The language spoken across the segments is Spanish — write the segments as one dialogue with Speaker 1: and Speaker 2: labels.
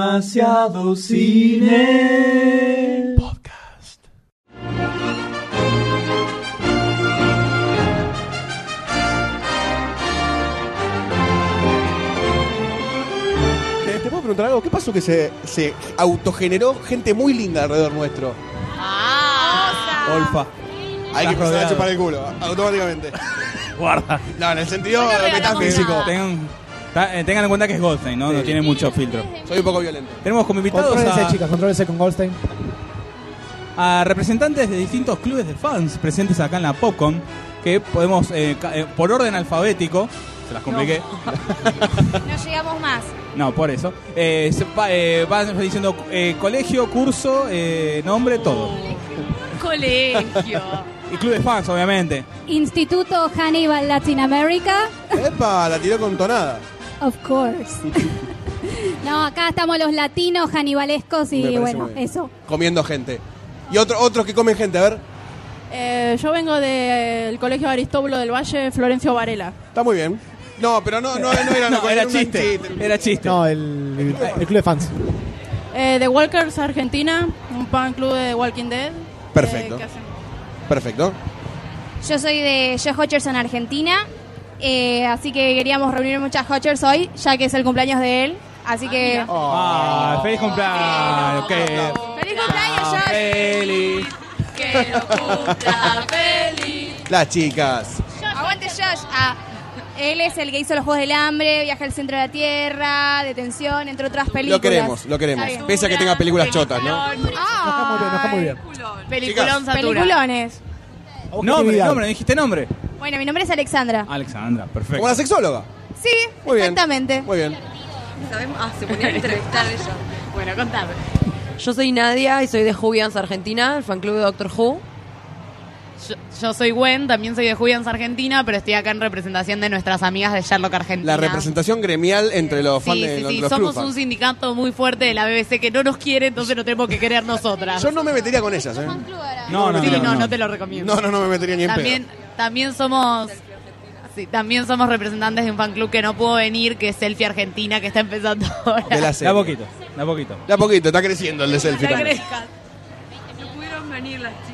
Speaker 1: Demasiado cine.
Speaker 2: Podcast.
Speaker 3: Te, Eh, te puedo preguntar algo, ¿qué pasó que se, se autogeneró gente muy linda alrededor nuestro?
Speaker 4: Ah.
Speaker 5: Ah,
Speaker 3: Olfa. Hay
Speaker 2: Estás
Speaker 3: que empezar a
Speaker 2: rodeado.
Speaker 3: chupar el culo, automáticamente.
Speaker 2: Guarda.
Speaker 3: No, en el sentido
Speaker 6: No le regalamos
Speaker 3: metafísico.
Speaker 2: Tengan, ta- eh, tengan en cuenta que es Goldstein, ¿no? No
Speaker 3: Sí.
Speaker 2: tiene mucho filtro.
Speaker 3: Soy un poco violento.
Speaker 2: Tenemos como invitados
Speaker 7: Contrólense,
Speaker 2: a,
Speaker 7: chicas, contrólense con Goldstein.
Speaker 2: a Ah, representantes de distintos clubes de fans presentes acá en la PopCom, que podemos, eh, ca- eh, por orden alfabético, se las compliqué,
Speaker 6: No llegamos más.
Speaker 2: no, por eso, eh, se va, eh, van diciendo eh, colegio, curso, eh, nombre, todo.
Speaker 6: Colegio.
Speaker 2: Y club de fans, obviamente.
Speaker 8: Instituto Hannibal Latin America,
Speaker 3: Epa, la tiró con tonada.
Speaker 8: of course. no, acá estamos los latinos hannibalescos
Speaker 3: Me
Speaker 8: y
Speaker 3: parece
Speaker 8: bueno,
Speaker 3: muy bien.
Speaker 8: eso.
Speaker 3: Comiendo gente. Y otro, otros que comen gente, a ver.
Speaker 9: Eh, yo vengo del Colegio Aristóbulo del Valle, Florencio Varela.
Speaker 3: Está muy bien. No, pero no, no, no era,
Speaker 2: No,
Speaker 3: una-
Speaker 2: era
Speaker 3: un
Speaker 2: chiste, era chiste.
Speaker 7: No, el, el club de fans.
Speaker 9: Eh, de Walkers Argentina, un fan club de Walking Dead.
Speaker 3: Perfecto.
Speaker 9: Eh, que hacen-
Speaker 3: Perfecto.
Speaker 6: Yo soy de Joe Hodgers en Argentina. eh, así que queríamos reunir muchas Hodgers hoy, ya que es el cumpleaños de él. Así que.
Speaker 5: Oh,
Speaker 2: Ah, feliz cumpleaños. que-
Speaker 6: ¡Feliz cumpleaños,
Speaker 2: Ah,
Speaker 6: Josh!
Speaker 2: feliz.
Speaker 9: Que lo cumpla feliz.
Speaker 3: Las chicas.
Speaker 6: ¡Aguante, Josh! Ah, él es el que hizo los Juegos del Hambre, Viaja al Centro de la Tierra, Detención, entre otras películas.
Speaker 3: Lo queremos, lo queremos.
Speaker 6: Está bien.
Speaker 3: Pese a que tenga películas chotas, ¿no?
Speaker 7: Está muy bien, está muy bien.
Speaker 3: Peliculón
Speaker 6: Peliculones.
Speaker 2: Nombre,
Speaker 7: Objetividad.
Speaker 2: nombre, dijiste nombre.
Speaker 6: Bueno, mi nombre es Alexandra.
Speaker 2: Alexandra, perfecto.
Speaker 3: Como la sexóloga.
Speaker 6: Sí,
Speaker 3: Muy bien.
Speaker 6: exactamente.
Speaker 3: Muy bien.
Speaker 10: Ah, se ponía a entrevistar ella. Bueno, contame. Yo soy Nadia y soy de Jubians Argentina, el fan club de Doctor Who.
Speaker 5: Yo, yo soy Gwen, también soy de Julians Argentina, pero estoy acá en representación de nuestras amigas de Sherlock Argentina.
Speaker 3: La representación gremial entre los fans
Speaker 5: Ah. Sí,
Speaker 3: de
Speaker 5: sí,
Speaker 3: los,
Speaker 5: sí.
Speaker 3: los
Speaker 5: Somos
Speaker 3: club fans.
Speaker 5: un sindicato muy fuerte de la BBC que no nos quiere, entonces no tenemos que querer nosotras.
Speaker 3: Yo no me metería con ellas, ¿eh?
Speaker 2: No, no,
Speaker 5: sí,
Speaker 2: no,
Speaker 5: no,
Speaker 2: no.
Speaker 5: no te lo recomiendo.
Speaker 3: No, no, no me metería ni en
Speaker 5: también,
Speaker 3: pedo.
Speaker 5: también somos... sí, también somos representantes de un fan club que no pudo venir, que es Selfie Argentina, que está empezando ahora.
Speaker 3: De la
Speaker 2: De a
Speaker 3: serie.
Speaker 2: poquito, de a poquito.
Speaker 3: De a poquito, está creciendo el de selfie.
Speaker 5: Ya
Speaker 3: también.
Speaker 5: crezcan.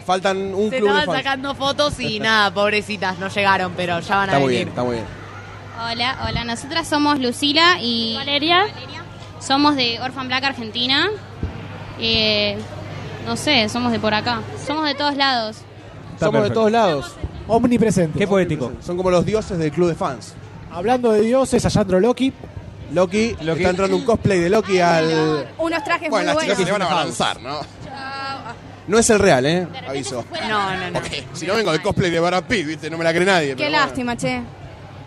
Speaker 3: Faltan un
Speaker 5: Se
Speaker 3: club de
Speaker 5: estaban
Speaker 3: fans.
Speaker 5: sacando fotos y nada, pobrecitas, no llegaron, pero ya van a
Speaker 3: Está muy
Speaker 5: venir.
Speaker 3: bien, está muy bien.
Speaker 11: Hola, hola, nosotras somos Lucila y Valeria. Somos de Orphan Black Argentina. Eh, no sé, somos de por acá. Somos de todos lados.
Speaker 2: Está
Speaker 3: Somos de
Speaker 2: perfecto.
Speaker 3: todos lados.
Speaker 7: Omnipresente.
Speaker 2: Qué poético.
Speaker 3: Son como los dioses del club de fans.
Speaker 7: Hablando de dioses, a Sandro Loki.
Speaker 3: Loki,
Speaker 2: Loki.
Speaker 3: está entrando un cosplay de Loki al.
Speaker 6: Unos trajes
Speaker 3: Bueno, las
Speaker 6: muy
Speaker 3: chicas
Speaker 6: buenos.
Speaker 3: se van a balanzar, ¿no? No es el real, ¿eh? Aviso.
Speaker 5: No, no, no.
Speaker 3: Ok, Si no vengo de cosplay de Brad Pitt, ¿viste? No me la cree nadie.
Speaker 6: Qué
Speaker 3: pero bueno.
Speaker 6: lástima, che.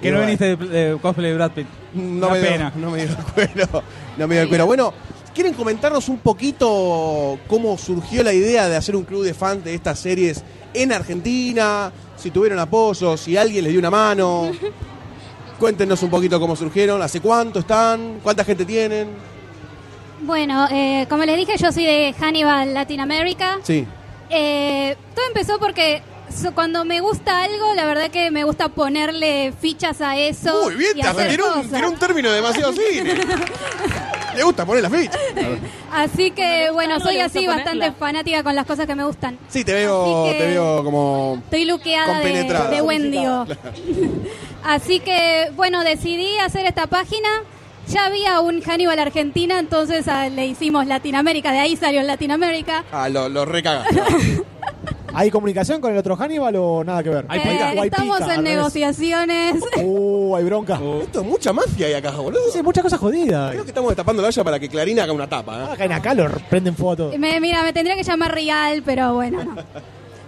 Speaker 2: Que no viniste de, de cosplay de Brad Pitt.
Speaker 3: No
Speaker 2: Una
Speaker 3: me, dio,
Speaker 2: pena.
Speaker 3: no me dio el cuero. No me dio el cuero. Bueno, ¿quieren comentarnos un poquito cómo surgió la idea de hacer un club de fans de estas series en Argentina? Si tuvieron apoyo, si alguien les dio una mano. Cuéntenos un poquito cómo surgieron, hace cuánto están, cuánta gente tienen.
Speaker 8: Bueno, eh, como les dije, yo soy de Hannibal Latin America.
Speaker 3: Sí.
Speaker 8: Eh, todo empezó porque so- cuando me gusta algo, la verdad que me gusta ponerle fichas a eso.
Speaker 3: Muy bien,
Speaker 8: y
Speaker 3: te
Speaker 8: hacer
Speaker 3: tiró un,
Speaker 8: cosas.
Speaker 3: tiró un término demasiado cine. Le gusta poner la ficha.
Speaker 8: Así que, bueno,
Speaker 10: algo,
Speaker 8: soy
Speaker 10: le gusta
Speaker 8: así bastante
Speaker 10: ponerla.
Speaker 8: fanática con las cosas que me gustan.
Speaker 3: Sí, te veo,
Speaker 8: Así que-
Speaker 3: te veo como.
Speaker 8: Estoy luqueada de,
Speaker 3: Compenetrada.
Speaker 8: de Wendigo. Así que, bueno, decidí hacer esta página. Ya había un Hannibal Argentina, entonces ah, le hicimos Latinoamérica. De ahí salió el Latinoamérica.
Speaker 3: Ah, lo, lo recagas.
Speaker 7: ¿Hay comunicación con el otro Hannibal o nada que ver?
Speaker 2: Hay
Speaker 8: Eh,
Speaker 2: pica.
Speaker 7: O hay
Speaker 8: estamos
Speaker 7: pica,
Speaker 8: en
Speaker 7: al revés.
Speaker 8: negociaciones.
Speaker 7: Uh, hay bronca.
Speaker 2: Oh.
Speaker 3: Esto es mucha mafia hay acá, boludo.
Speaker 7: Sí, muchas cosas jodidas.
Speaker 3: Creo que estamos destapando la olla para que Clarina haga una tapa. ¿eh?
Speaker 7: Acá en acá lo prenden fuego a todo.
Speaker 8: Me- mira, me tendría que llamar Real, pero bueno, no.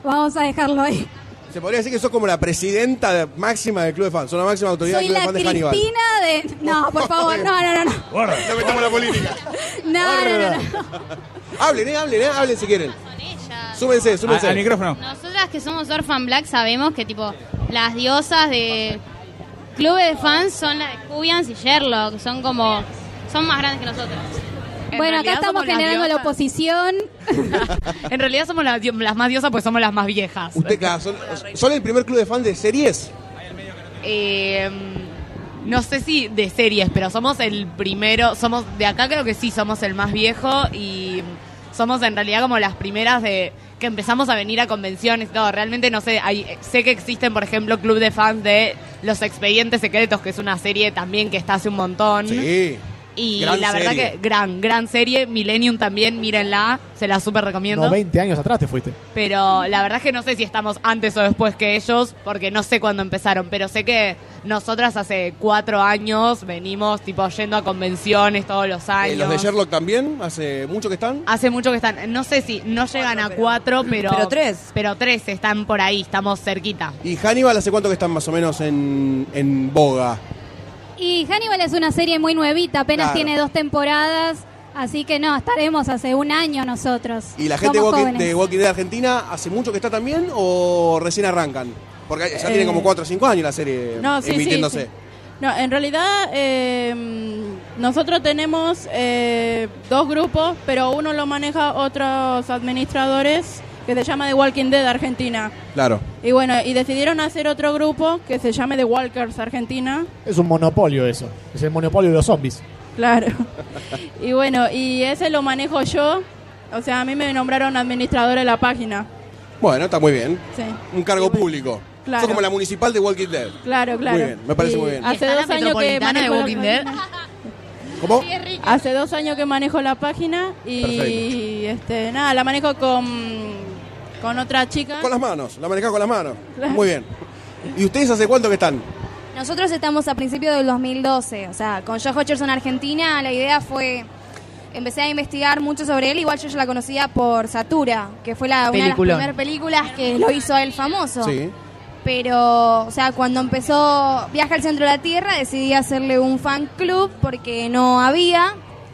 Speaker 8: Vamos a dejarlo ahí.
Speaker 3: Se podría decir que sos como la presidenta de- máxima del Club de Fans, sos la máxima autoridad
Speaker 8: Soy
Speaker 3: del
Speaker 8: la
Speaker 3: Club de Fans de Hannibal.
Speaker 8: Cristina de... No, por favor, no, no, no. No,
Speaker 3: No metamos la política.
Speaker 8: no, no. no, no.
Speaker 3: hablen, eh, hablen, eh, hablen si quieren.
Speaker 11: Son ellas.
Speaker 3: Súmense,
Speaker 2: A-
Speaker 3: súmense.
Speaker 2: al micrófono.
Speaker 11: Nosotras que somos Orphan Black sabemos que, tipo, las diosas de clubes de fans son las de Jubians y Sherlock. Son como. Son más grandes que nosotros.
Speaker 5: En
Speaker 8: Bueno, acá
Speaker 5: realidad
Speaker 8: estamos
Speaker 5: somos las
Speaker 8: generando la
Speaker 5: diosas.
Speaker 8: oposición.
Speaker 5: En realidad somos las, dio- las más diosas pues somos las más viejas.
Speaker 3: Eh, Usted, claro, son, son el primer club de fans de series.
Speaker 5: Eh, No sé si de series, pero somos el primero, somos de acá creo que sí, somos el más viejo y somos en realidad como las primeras de que empezamos a venir a convenciones y todo. Realmente no sé, hay, sé que existen, por ejemplo, club de fans de Los Expedientes Secretos, que es una serie también que está hace un montón.
Speaker 3: Sí.
Speaker 5: Y
Speaker 3: Gran
Speaker 5: la verdad
Speaker 3: serie.
Speaker 5: que gran, gran serie. Millennium también, mírenla, se la súper recomiendo.
Speaker 7: No, 20 años atrás te fuiste.
Speaker 5: Pero la verdad es que no sé si estamos antes o después que ellos, porque no sé cuándo empezaron, pero sé que nosotras hace cuatro años venimos tipo yendo a convenciones todos los años.
Speaker 3: Eh, ¿Los de Sherlock también? ¿Hace mucho que están?
Speaker 5: Hace mucho que están, no sé si no llegan a cuatro, pero,
Speaker 3: pero
Speaker 5: tres. Pero tres están por ahí, estamos cerquita.
Speaker 3: ¿Y Hannibal hace cuánto que están más o menos en, en boga?
Speaker 8: Y Hannibal es una serie muy nuevita, apenas
Speaker 3: Claro.
Speaker 8: tiene dos temporadas, así que no, estaremos hace un año nosotros.
Speaker 3: ¿Y la gente de
Speaker 8: Somos
Speaker 3: Walking,
Speaker 8: jóvenes.
Speaker 3: de Walking Dead Argentina hace mucho que está también o recién arrancan? Porque ya tiene como 4 o 5 años la serie
Speaker 9: No, sí, sí,
Speaker 3: emitiéndose.
Speaker 9: sí. No, en realidad eh, nosotros tenemos eh, dos grupos, pero uno lo maneja otros administradores que se llama The Walking Dead Argentina.
Speaker 3: Claro.
Speaker 9: Y bueno, y decidieron hacer otro grupo que se llame The Walkers Argentina.
Speaker 7: Es un monopolio eso. Es el monopolio de los zombies.
Speaker 9: Claro. Y bueno, y ese lo manejo yo. O sea, a mí me nombraron administradora de la página.
Speaker 3: Bueno, está muy bien.
Speaker 9: Sí.
Speaker 3: Un cargo público.
Speaker 9: Claro.
Speaker 3: Son como la municipal de Walking Dead.
Speaker 9: Claro, claro.
Speaker 3: Muy bien, me parece
Speaker 9: Y
Speaker 3: muy bien.
Speaker 9: Hace
Speaker 5: ¿Está la
Speaker 9: dos años que
Speaker 5: Metropolitana de
Speaker 9: manejo la
Speaker 5: Walking Dead?
Speaker 9: página.
Speaker 3: ¿Cómo?
Speaker 9: Hace dos años que manejo la página y
Speaker 3: Perfecto.
Speaker 9: este nada, la manejo con, con otra chica.
Speaker 3: Con las manos, la manejás con las manos.
Speaker 9: Claro.
Speaker 3: Muy bien. ¿Y ustedes hace cuánto que están?
Speaker 6: Nosotros estamos a principios del 2012, o sea, con Joe Hodgerson Argentina la idea fue, empecé a investigar mucho sobre él, igual yo ya la conocía por Satura, que fue la, una de las
Speaker 5: Peliculón.
Speaker 6: primeras películas que lo hizo él famoso.
Speaker 3: Sí.
Speaker 6: Pero, o sea, cuando empezó Viaje al Centro de la Tierra, decidí hacerle un fan club porque no había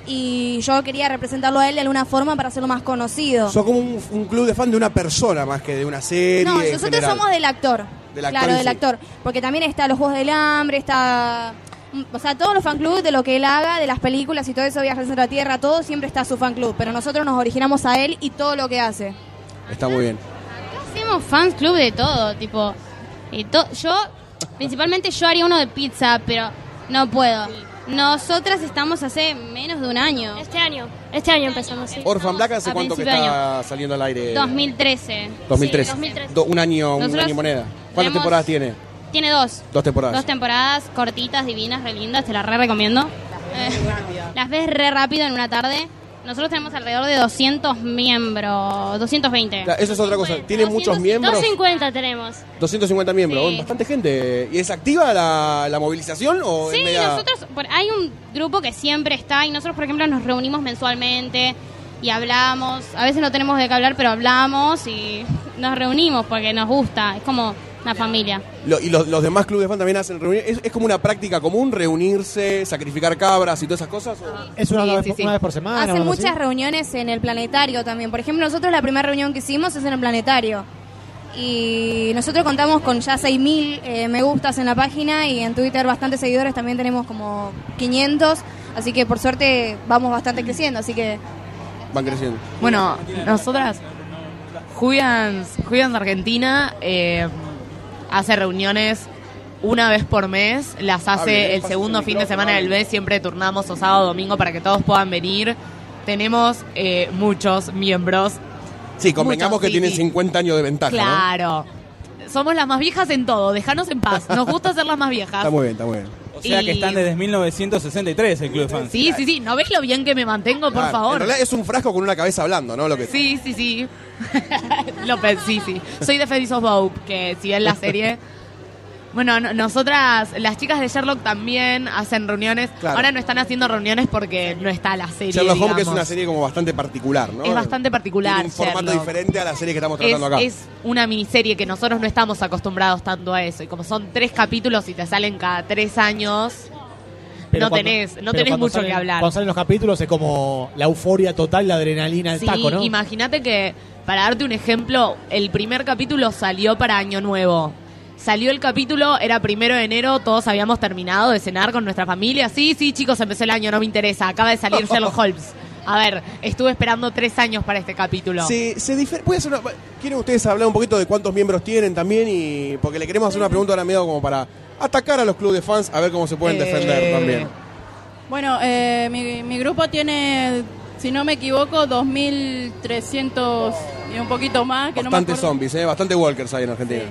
Speaker 6: y yo quería representarlo a él de alguna forma para hacerlo más conocido.
Speaker 3: Son como un, un club de fan de una persona más que de una serie.
Speaker 6: No,
Speaker 3: en
Speaker 6: nosotros
Speaker 3: general.
Speaker 6: somos del actor.
Speaker 3: Del actor
Speaker 6: claro,
Speaker 3: en
Speaker 6: del
Speaker 3: sí.
Speaker 6: actor. Porque también está los Juegos del Hambre, está. mm, O sea, todos los fan clubs de lo que él haga, de las películas y todo eso, Viajes a la Tierra, todo siempre está su fan club. Pero nosotros nos originamos a él y todo lo que hace.
Speaker 3: Está muy bien.
Speaker 11: Hacemos fans club de todo, tipo. y to- yo, principalmente yo haría uno de pizza, pero no puedo. Nosotras estamos hace menos de un año.
Speaker 1: Este año, este año empezamos. sí.
Speaker 3: Orphan Black hace
Speaker 11: a
Speaker 3: cuánto que
Speaker 11: principio de
Speaker 3: está eh, saliendo al aire.
Speaker 11: 2013.
Speaker 3: 2003.
Speaker 11: Sí, 2013.
Speaker 3: Do- un año, un
Speaker 11: Nosotros
Speaker 3: año y moneda. ¿Cuántas
Speaker 11: tenemos-
Speaker 3: temporadas tiene?
Speaker 11: Tiene dos.
Speaker 3: Dos temporadas.
Speaker 11: Dos temporadas cortitas, divinas, re lindas, te las re recomiendo. Eh, Las ves re rápido en una tarde. Nosotros tenemos alrededor de 200 miembros, 220.
Speaker 3: Claro, Eso es otra cosa. Tiene muchos miembros.
Speaker 1: 250 tenemos.
Speaker 3: 250 miembros.
Speaker 11: Sí.
Speaker 3: Bastante gente. ¿Y es activa la, la movilización o es
Speaker 11: Sí,
Speaker 3: media-
Speaker 11: nosotros, por- hay un grupo que siempre está y nosotros, por ejemplo, nos reunimos mensualmente y hablamos. A veces no tenemos de qué hablar, pero hablamos y nos reunimos porque nos gusta. Es como una familia.
Speaker 3: Lo- y los, los demás clubes de fan también hacen reuniones. ¿Es, es como una práctica común reunirse, sacrificar cabras y todas esas cosas? ¿O-
Speaker 7: Es una,
Speaker 5: Sí,
Speaker 7: vez,
Speaker 5: sí, sí.
Speaker 7: una vez por semana. o
Speaker 6: Hacen
Speaker 7: algo así.
Speaker 6: muchas reuniones en el planetario también. Por ejemplo, nosotros la primera reunión que hicimos es en el planetario. Y nosotros contamos con ya 6.000 eh, me gustas en la página y en Twitter bastantes seguidores, también tenemos como 500. Así que por suerte vamos bastante creciendo. Así que
Speaker 3: Van creciendo.
Speaker 5: Bueno, nosotras, Julians, Julians Argentina eh, hace reuniones una vez por mes, las
Speaker 3: Hable,
Speaker 5: hace el
Speaker 3: pásate
Speaker 5: segundo
Speaker 3: Ah, el
Speaker 5: fin de
Speaker 3: micrófono, ah,
Speaker 5: semana del
Speaker 3: hable.
Speaker 5: mes, siempre turnamos o sábado o domingo para que todos puedan venir. Tenemos eh, muchos miembros,
Speaker 3: Sí, convengamos
Speaker 5: Muchos,
Speaker 3: que
Speaker 5: sí,
Speaker 3: tienen
Speaker 5: sí.
Speaker 3: 50 años de ventaja. ¿no?
Speaker 5: claro. Somos las más viejas en todo, déjanos en paz, nos gusta ser las más viejas.
Speaker 3: Está muy bien, está muy bien.
Speaker 2: O sea que
Speaker 5: Y-
Speaker 2: están desde 1963 el club de fans.
Speaker 5: Sí, sí, sí, ¿no ves lo bien que me mantengo, por
Speaker 3: Claro. En
Speaker 5: favor?
Speaker 3: realidad es un frasco con una cabeza hablando, ¿no? Lo que
Speaker 5: Sí, sí, sí. Lo pe- sí, sí. Soy de Feliz of Hope, que si ven la serie. Bueno, no- nosotras, las chicas de Sherlock también hacen reuniones.
Speaker 3: Claro.
Speaker 5: Ahora no están haciendo reuniones porque no está la serie.
Speaker 3: Sherlock Holmes, que es
Speaker 5: digamos.
Speaker 3: una serie como bastante particular, ¿no?
Speaker 5: Es bastante particular.
Speaker 3: Tiene un formato
Speaker 5: Sherlock.
Speaker 3: diferente a la serie que estamos
Speaker 5: Es,
Speaker 3: tratando acá.
Speaker 5: es una miniserie que nosotros no estamos acostumbrados tanto a eso. Y como son tres capítulos y te salen cada tres años,
Speaker 7: Pero
Speaker 5: no
Speaker 7: cuando-
Speaker 5: tenés,
Speaker 7: pero
Speaker 5: no tenés
Speaker 7: cuando
Speaker 5: mucho
Speaker 7: salen-
Speaker 5: que hablar.
Speaker 7: Cuando salen los capítulos es como la euforia total, la adrenalina del
Speaker 5: Sí,
Speaker 7: taco, ¿no?
Speaker 5: imagínate que, para darte un ejemplo, el primer capítulo salió para Año Nuevo. Salió el capítulo, era primero de enero, todos habíamos terminado de cenar con nuestra familia. Sí, sí, chicos, empezó el año, no me interesa. Acaba de salir Sherlock Holmes. A ver, estuve esperando tres años para este capítulo.
Speaker 3: Se, se difer- puede ser una- ¿Quieren ustedes hablar un poquito de cuántos miembros tienen también? y Porque le queremos hacer una pregunta ahora medio como para atacar a los clubes de fans, a ver cómo se pueden
Speaker 9: Eh.
Speaker 3: defender también.
Speaker 9: Bueno, eh, mi, mi grupo tiene, si no me equivoco, 2.300 y un poquito más. Que no me
Speaker 3: Bastante
Speaker 9: acuerdo.
Speaker 3: zombies, ¿eh? bastante walkers hay en Argentina.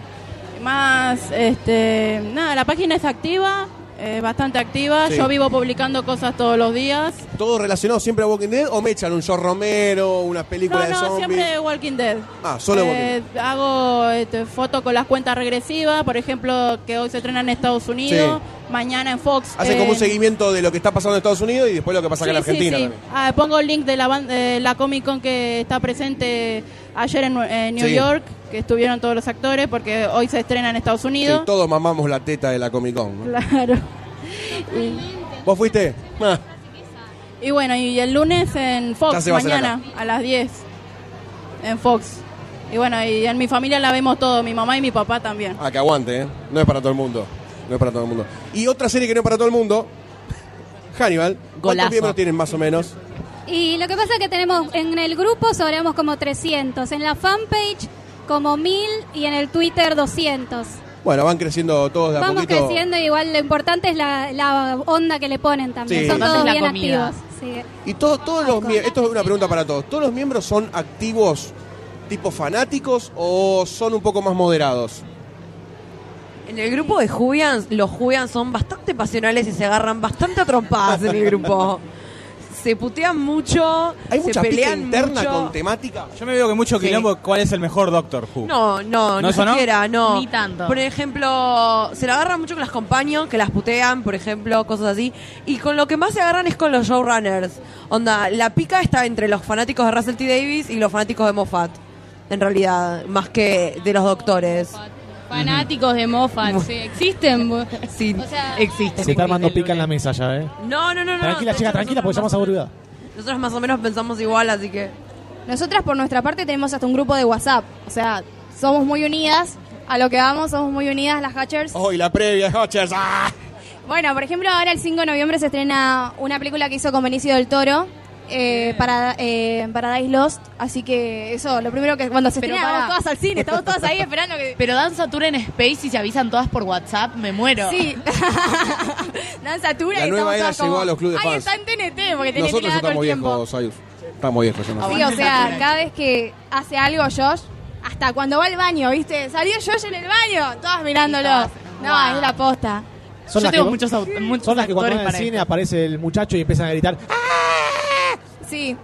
Speaker 9: Más, este, nada, la página es activa, eh, bastante activa.
Speaker 3: Sí.
Speaker 9: Yo vivo publicando cosas todos los días.
Speaker 3: ¿Todo relacionado siempre a Walking Dead o me echan un George Romero, una película
Speaker 9: No,
Speaker 3: de
Speaker 9: no,
Speaker 3: zombies?
Speaker 9: siempre Walking Dead.
Speaker 3: Ah, solo Walking Dead.
Speaker 9: Eh, Hago este, fotos con las cuentas regresivas, por ejemplo, que hoy se estrena en Estados Unidos, mañana en Fox.
Speaker 3: Hacen
Speaker 5: eh,
Speaker 3: como un
Speaker 9: en-
Speaker 3: seguimiento de lo que está pasando en Estados Unidos y después lo que pasa acá en
Speaker 9: Sí, sí,
Speaker 3: Argentina
Speaker 9: sí.
Speaker 3: también.
Speaker 9: Ah, pongo el link de la, ban- eh, la Comic Con que está presente ayer en, Nue- en New
Speaker 3: Sí.
Speaker 9: York, que estuvieron todos los actores, porque hoy se estrena en Estados Unidos.
Speaker 3: Sí, todos mamamos la teta de la Comic Con. ¿no?
Speaker 9: Claro.
Speaker 3: ¿Vos fuiste? Ah,
Speaker 9: Y bueno, y el lunes en Fox,
Speaker 3: Ya se va a hacer
Speaker 9: mañana, a las 10, en Fox. Y bueno, y en mi familia la vemos todo, mi mamá y mi papá también.
Speaker 3: ah, que aguante, ¿eh? No es para todo el mundo. No es para todo el mundo. Y otra serie que no es para todo el mundo, Hannibal.
Speaker 5: Golazo.
Speaker 3: ¿Cuántos miembros tienen más o menos?
Speaker 8: Y lo que pasa es que tenemos en el grupo sobramos como 300, en la fanpage como 1000 y en el Twitter 200.
Speaker 3: Bueno, van creciendo todos de a
Speaker 8: Vamos
Speaker 3: poquito.
Speaker 8: creciendo, igual lo importante es la, la onda que le ponen también.
Speaker 3: Sí.
Speaker 8: Son
Speaker 3: Además
Speaker 8: todos
Speaker 3: es la
Speaker 8: bien
Speaker 3: comida.
Speaker 8: activos. sí.
Speaker 3: Y todo- todos los miembros, esto es una pregunta para todos, ¿todos los miembros son activos tipo fanáticos o son un poco más moderados?
Speaker 10: En el grupo de Jubians, los Jubians son bastante pasionales y se agarran bastante a trompadas en el grupo. Se putean mucho,
Speaker 3: Hay
Speaker 10: se
Speaker 3: mucha pica
Speaker 10: pelean
Speaker 3: interna
Speaker 10: mucho.
Speaker 3: con temática.
Speaker 2: Yo me veo que mucho
Speaker 10: Sí.
Speaker 2: quilombo, ¿cuál es el mejor Doctor Who?
Speaker 10: No, no,
Speaker 2: ¿No
Speaker 10: no,
Speaker 2: eso no?
Speaker 10: siquiera, no.
Speaker 5: Ni tanto.
Speaker 10: Por ejemplo, se la agarran mucho con las compañías, que las putean, por ejemplo, cosas así. Y con lo que más se agarran es con los showrunners. Onda, la pica está entre los fanáticos de Russell T. Davis y los fanáticos de Moffat. En realidad, más que de los doctores.
Speaker 11: Fanáticos de Moffat, sí, existen. bu- O sea,
Speaker 10: existe.
Speaker 7: Se está armando pica en la mesa ya, ¿eh?
Speaker 10: No, no, no, no.
Speaker 7: Tranquila,
Speaker 10: no,
Speaker 7: chica,
Speaker 10: nosotros-
Speaker 7: tranquila, porque ya vamos a boluda.
Speaker 10: Nosotros más o menos pensamos igual, así que.
Speaker 6: Nosotras por nuestra parte tenemos hasta un grupo de WhatsApp, o sea, somos muy unidas a lo que vamos, somos muy unidas las Hatchers.
Speaker 3: Oh, y la previa, Hodgers.
Speaker 6: Bueno, por ejemplo, ahora el 5 de noviembre se estrena una película que hizo con Benicio del Toro. Eh, para eh, Paradise Lost, así que eso, lo primero que cuando se
Speaker 5: Pero
Speaker 6: estrena
Speaker 5: para.
Speaker 6: vamos todas al cine, estamos todas ahí esperando que
Speaker 5: Pero dan Satur en Space y se avisan todas por WhatsApp, me muero.
Speaker 6: Sí. danza Tura
Speaker 3: La
Speaker 6: y estamos
Speaker 3: nueva era
Speaker 6: todas como,
Speaker 3: llegó a los clubes de
Speaker 6: Ay,
Speaker 3: fans.
Speaker 6: está en TNT porque TNT
Speaker 3: Nosotros
Speaker 6: la da todo el
Speaker 3: estamos
Speaker 6: tiempo.
Speaker 3: viejos, Ayus. Estamos viejos, yo no sé.
Speaker 6: Sí, o sea, cada vez que hace algo Josh, hasta cuando va al baño, ¿viste? Salió Josh en el baño, todas mirándolo. No, es la posta.
Speaker 7: Son
Speaker 5: Yo
Speaker 7: las
Speaker 5: tengo
Speaker 7: que-
Speaker 5: muchos, au- muchos
Speaker 7: Son las que cuando
Speaker 5: actores
Speaker 7: van al
Speaker 5: para
Speaker 7: cine
Speaker 5: esto.
Speaker 7: aparece el muchacho y empiezan a gritar. ¡Ah!
Speaker 6: Sí.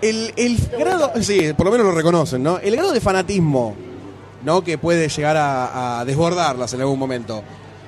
Speaker 3: El, el grado, sí, por lo menos lo reconocen, ¿no? El grado de fanatismo, ¿no? Que puede llegar a, a desbordarlas en algún momento.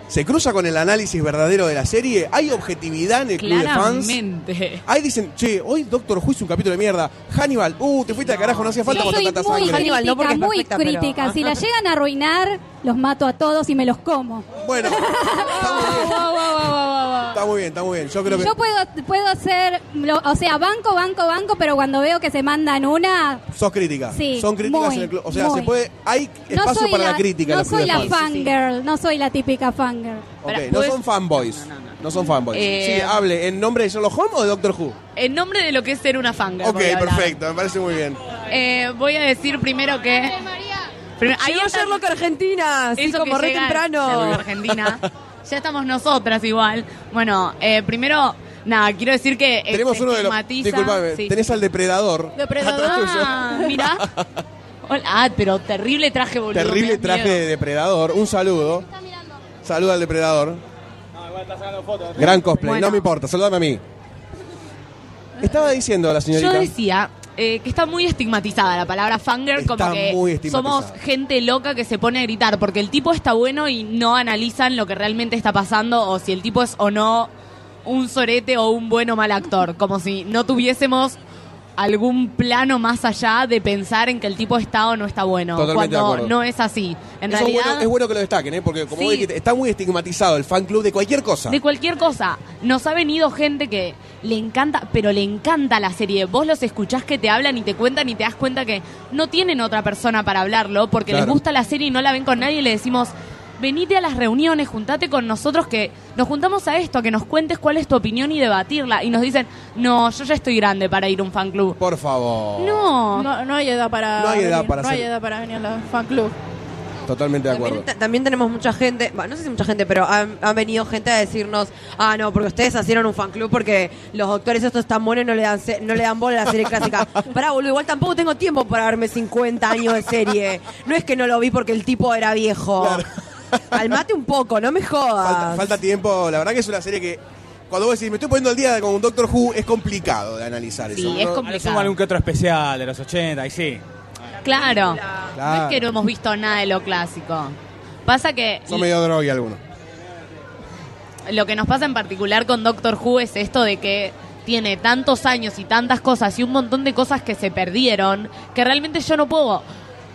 Speaker 3: ¿Se cruza con el análisis verdadero de la serie? ¿Hay objetividad en el club de fans?
Speaker 5: Claramente.
Speaker 3: Ahí dicen, che, hoy Doctor Who hizo un capítulo de mierda. Hannibal, uh, te fuiste al carajo, no hacía falta
Speaker 8: Yo
Speaker 3: con
Speaker 8: soy
Speaker 3: tanta
Speaker 8: muy
Speaker 3: sangre.
Speaker 8: crítica,
Speaker 10: Hannibal no, porque es
Speaker 8: muy
Speaker 10: perfecta, pero-
Speaker 8: crítica. Si la llegan a arruinar, los mato a todos y me los como.
Speaker 3: Bueno, está muy bien,
Speaker 11: wow, wow, wow, wow, wow.
Speaker 3: está muy bien, está muy bien. Yo creo que.
Speaker 8: Yo puedo, puedo hacer, lo- o sea, banco, banco, banco, pero cuando veo que se mandan una,
Speaker 3: Sos crítica.
Speaker 8: Sí,
Speaker 3: Son críticas
Speaker 8: muy,
Speaker 3: en el club. O sea,
Speaker 8: muy.
Speaker 3: se puede. Hay
Speaker 8: no
Speaker 3: espacio
Speaker 8: soy
Speaker 3: para la,
Speaker 8: la,
Speaker 3: crítica en
Speaker 8: no
Speaker 3: los clubes
Speaker 8: soy la
Speaker 3: de fans.
Speaker 8: fangirl, no soy la típica fangirl.
Speaker 3: Ok,
Speaker 5: Pará,
Speaker 3: no
Speaker 5: ¿puedes-
Speaker 3: son fanboys. No, son fanboys.
Speaker 5: Eh,
Speaker 3: Sí, hable. ¿En nombre de Sherlock Holmes o de Doctor Who?
Speaker 5: En nombre de lo que es ser una fanga.
Speaker 3: Ok, perfecto. Me parece muy bien.
Speaker 5: Eh, voy a decir primero que. Primero- ahí
Speaker 10: Llegó
Speaker 5: está-
Speaker 10: Sherlock Argentina, así
Speaker 5: Eso
Speaker 10: como
Speaker 5: que
Speaker 10: re
Speaker 5: llega
Speaker 10: temprano.
Speaker 5: Sherlock Argentina. ya estamos nosotras igual. Bueno, eh, primero, nada, quiero decir que. eh,
Speaker 3: Tenemos
Speaker 5: se
Speaker 3: uno de los.
Speaker 5: estigmatiza-
Speaker 3: Disculpame,
Speaker 5: sí.
Speaker 3: tenés al depredador.
Speaker 5: Depredador.
Speaker 3: Atrás tuyo.
Speaker 5: Ah, mira. Hola, Ah, pero terrible traje, boludo. me
Speaker 3: Terrible
Speaker 5: da
Speaker 3: traje de
Speaker 5: miedo.
Speaker 3: depredador. Un saludo. Saluda al depredador. Gran cosplay,
Speaker 5: Bueno.
Speaker 3: no me importa, saludame a mí. Estaba diciendo la
Speaker 5: Yo
Speaker 3: señorita.
Speaker 5: decía eh, que está muy estigmatizada la palabra fangirl,
Speaker 3: Está
Speaker 5: como que
Speaker 3: muy estigmatizada.
Speaker 5: somos gente loca que se pone a gritar, porque el tipo está bueno y no analizan lo que realmente está pasando o si el tipo es o no un sorete o un bueno o mal actor, como si no tuviésemos algún plano más allá de pensar en que el tipo está o no está bueno,
Speaker 3: Totalmente de
Speaker 5: cuando
Speaker 3: acuerdo.
Speaker 5: no es así. En
Speaker 3: Eso es
Speaker 5: realidad...
Speaker 3: bueno, es bueno que lo destaquen, ¿eh? porque como
Speaker 5: Sí.
Speaker 3: vos dijiste, está muy estigmatizado el fan club de cualquier cosa.
Speaker 5: De cualquier cosa. Nos ha venido gente que le encanta, pero le encanta la serie. Vos los escuchás que te hablan y te cuentan y te das cuenta que no tienen otra persona para hablarlo porque
Speaker 3: Claro.
Speaker 5: les gusta la serie y no la ven con nadie y le decimos, venite a las reuniones, juntate con nosotros que nos juntamos a esto, a que nos cuentes cuál es tu opinión y debatirla. Y nos dicen, no, yo ya estoy grande para ir a un fan club.
Speaker 3: Por favor.
Speaker 5: No.
Speaker 9: No, no hay edad para.
Speaker 3: No hay edad
Speaker 9: venir,
Speaker 3: para
Speaker 9: No hay
Speaker 3: hacer-
Speaker 9: edad para venir a la fan club.
Speaker 3: Totalmente de acuerdo.
Speaker 10: Ta- También tenemos mucha gente, bah, no sé si mucha gente, pero han, han venido gente a decirnos, ah, no, porque ustedes hicieron un fan club porque los doctores estos tan buenos no le dan se- no le dan bola a la serie clásica. Pará, boludo, igual tampoco tengo tiempo para verme 50 años de serie. No es que no lo vi porque el tipo era viejo. Calmate un poco, no me jodas.
Speaker 3: Falta, falta tiempo. La verdad que es una serie que. Cuando vos decís, me estoy poniendo al día con un Doctor Who, es complicado de analizar eso. ¿no?
Speaker 2: A lo sumo algún que otro especial de los 80, y sí.
Speaker 5: Claro. No
Speaker 3: Claro.
Speaker 5: es que no hemos visto nada de lo clásico. Pasa que
Speaker 3: Son medio droga algunos.
Speaker 5: lo que nos pasa en particular con Doctor Who es esto de que tiene tantos años y tantas cosas y un montón de cosas que se perdieron que realmente yo no puedo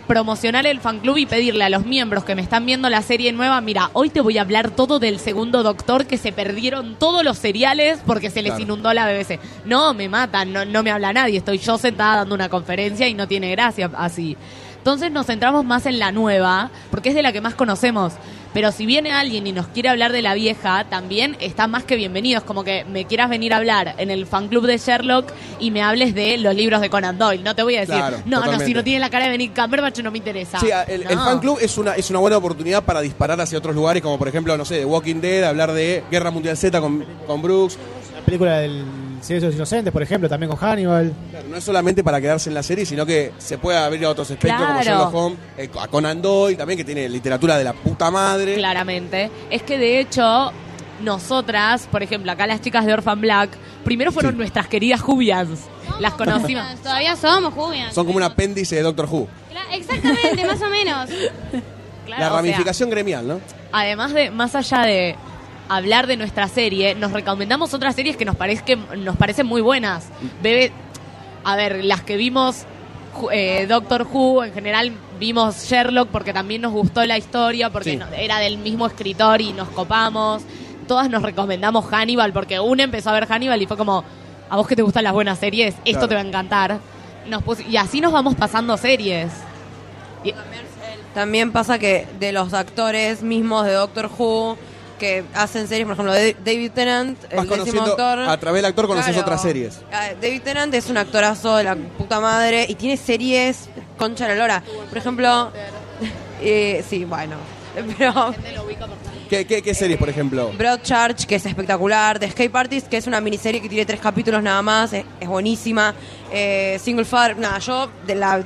Speaker 5: promocionar el fan club y pedirle a los miembros que me están viendo la serie nueva, mira, hoy te voy a hablar todo del segundo doctor que se perdieron todos los seriales porque se les
Speaker 12: Claro.
Speaker 5: inundó la BBC. No, me matan, no, no me habla nadie, estoy yo sentada dando una conferencia y no tiene gracia así. Entonces nos centramos más en la nueva, porque es de la que más conocemos. Pero si viene alguien y nos quiere hablar de la vieja, también está más que bienvenido. Es como que me quieras venir a hablar en el fan club de Sherlock y me hables de los libros de Conan Doyle. No te voy a decir,
Speaker 3: Claro,
Speaker 5: no, no, si
Speaker 3: totalmente.
Speaker 5: no tiene la cara de Benny Cumberbatch no me interesa.
Speaker 3: Sí, a- el, el
Speaker 5: No.
Speaker 3: fan club es una, es una buena oportunidad para disparar hacia otros lugares, como por ejemplo, no sé, de Walking Dead, hablar de Guerra Mundial Z con, con Brooks.
Speaker 7: La película del Silencio de los Inocentes, por ejemplo, también con Hannibal.
Speaker 3: Claro, no es solamente para quedarse en la serie, sino que se puede abrir a otros espectros como
Speaker 5: Claro.
Speaker 3: Sherlock Holmes, eh, a Conan Doyle también, que tiene literatura de la puta madre.
Speaker 5: Claramente. Es que de hecho, nosotras, por ejemplo, acá las chicas de Orphan Black, primero fueron nuestras queridas Jubians. Las conocimos.
Speaker 11: Todavía somos jubias.
Speaker 3: Son como un apéndice de Doctor Who.
Speaker 11: Cla- Exactamente, más o menos.
Speaker 5: Claro,
Speaker 3: la
Speaker 5: o sea,
Speaker 3: ramificación gremial, ¿no?
Speaker 5: además de, más allá de hablar de nuestra serie, nos recomendamos otras series que nos, parezquen- nos parecen muy buenas. Bebe, a ver, las que vimos, ju- eh, Doctor Who, en general vimos Sherlock porque también nos gustó la historia, porque
Speaker 12: Sí.
Speaker 5: no- era del mismo escritor y nos copamos. Todas nos recomendamos Hannibal porque una empezó a ver Hannibal y fue como, a vos que te gustan las buenas series, esto
Speaker 12: Claro.
Speaker 5: te va a encantar. Nos pus- y así nos vamos pasando series. Y-
Speaker 10: También pasa que de los actores mismos de Doctor Who que hacen series, por ejemplo, de- David Tennant,
Speaker 3: Vas
Speaker 10: el décimo
Speaker 3: conociendo,
Speaker 10: doctor.
Speaker 3: a través del actor conoces
Speaker 10: Claro.
Speaker 3: otras series.
Speaker 10: Ah, David Tennant es un actorazo de la puta madre y tiene series concha de la lora. Por ejemplo, eh, sí, bueno, pero
Speaker 3: ¿Qué, qué, qué series, por ejemplo?
Speaker 10: Broadchurch, que es espectacular, The Escape Artist, que es una miniserie que tiene tres capítulos nada más, es, es buenísima, eh, Single Father, nada, yo de la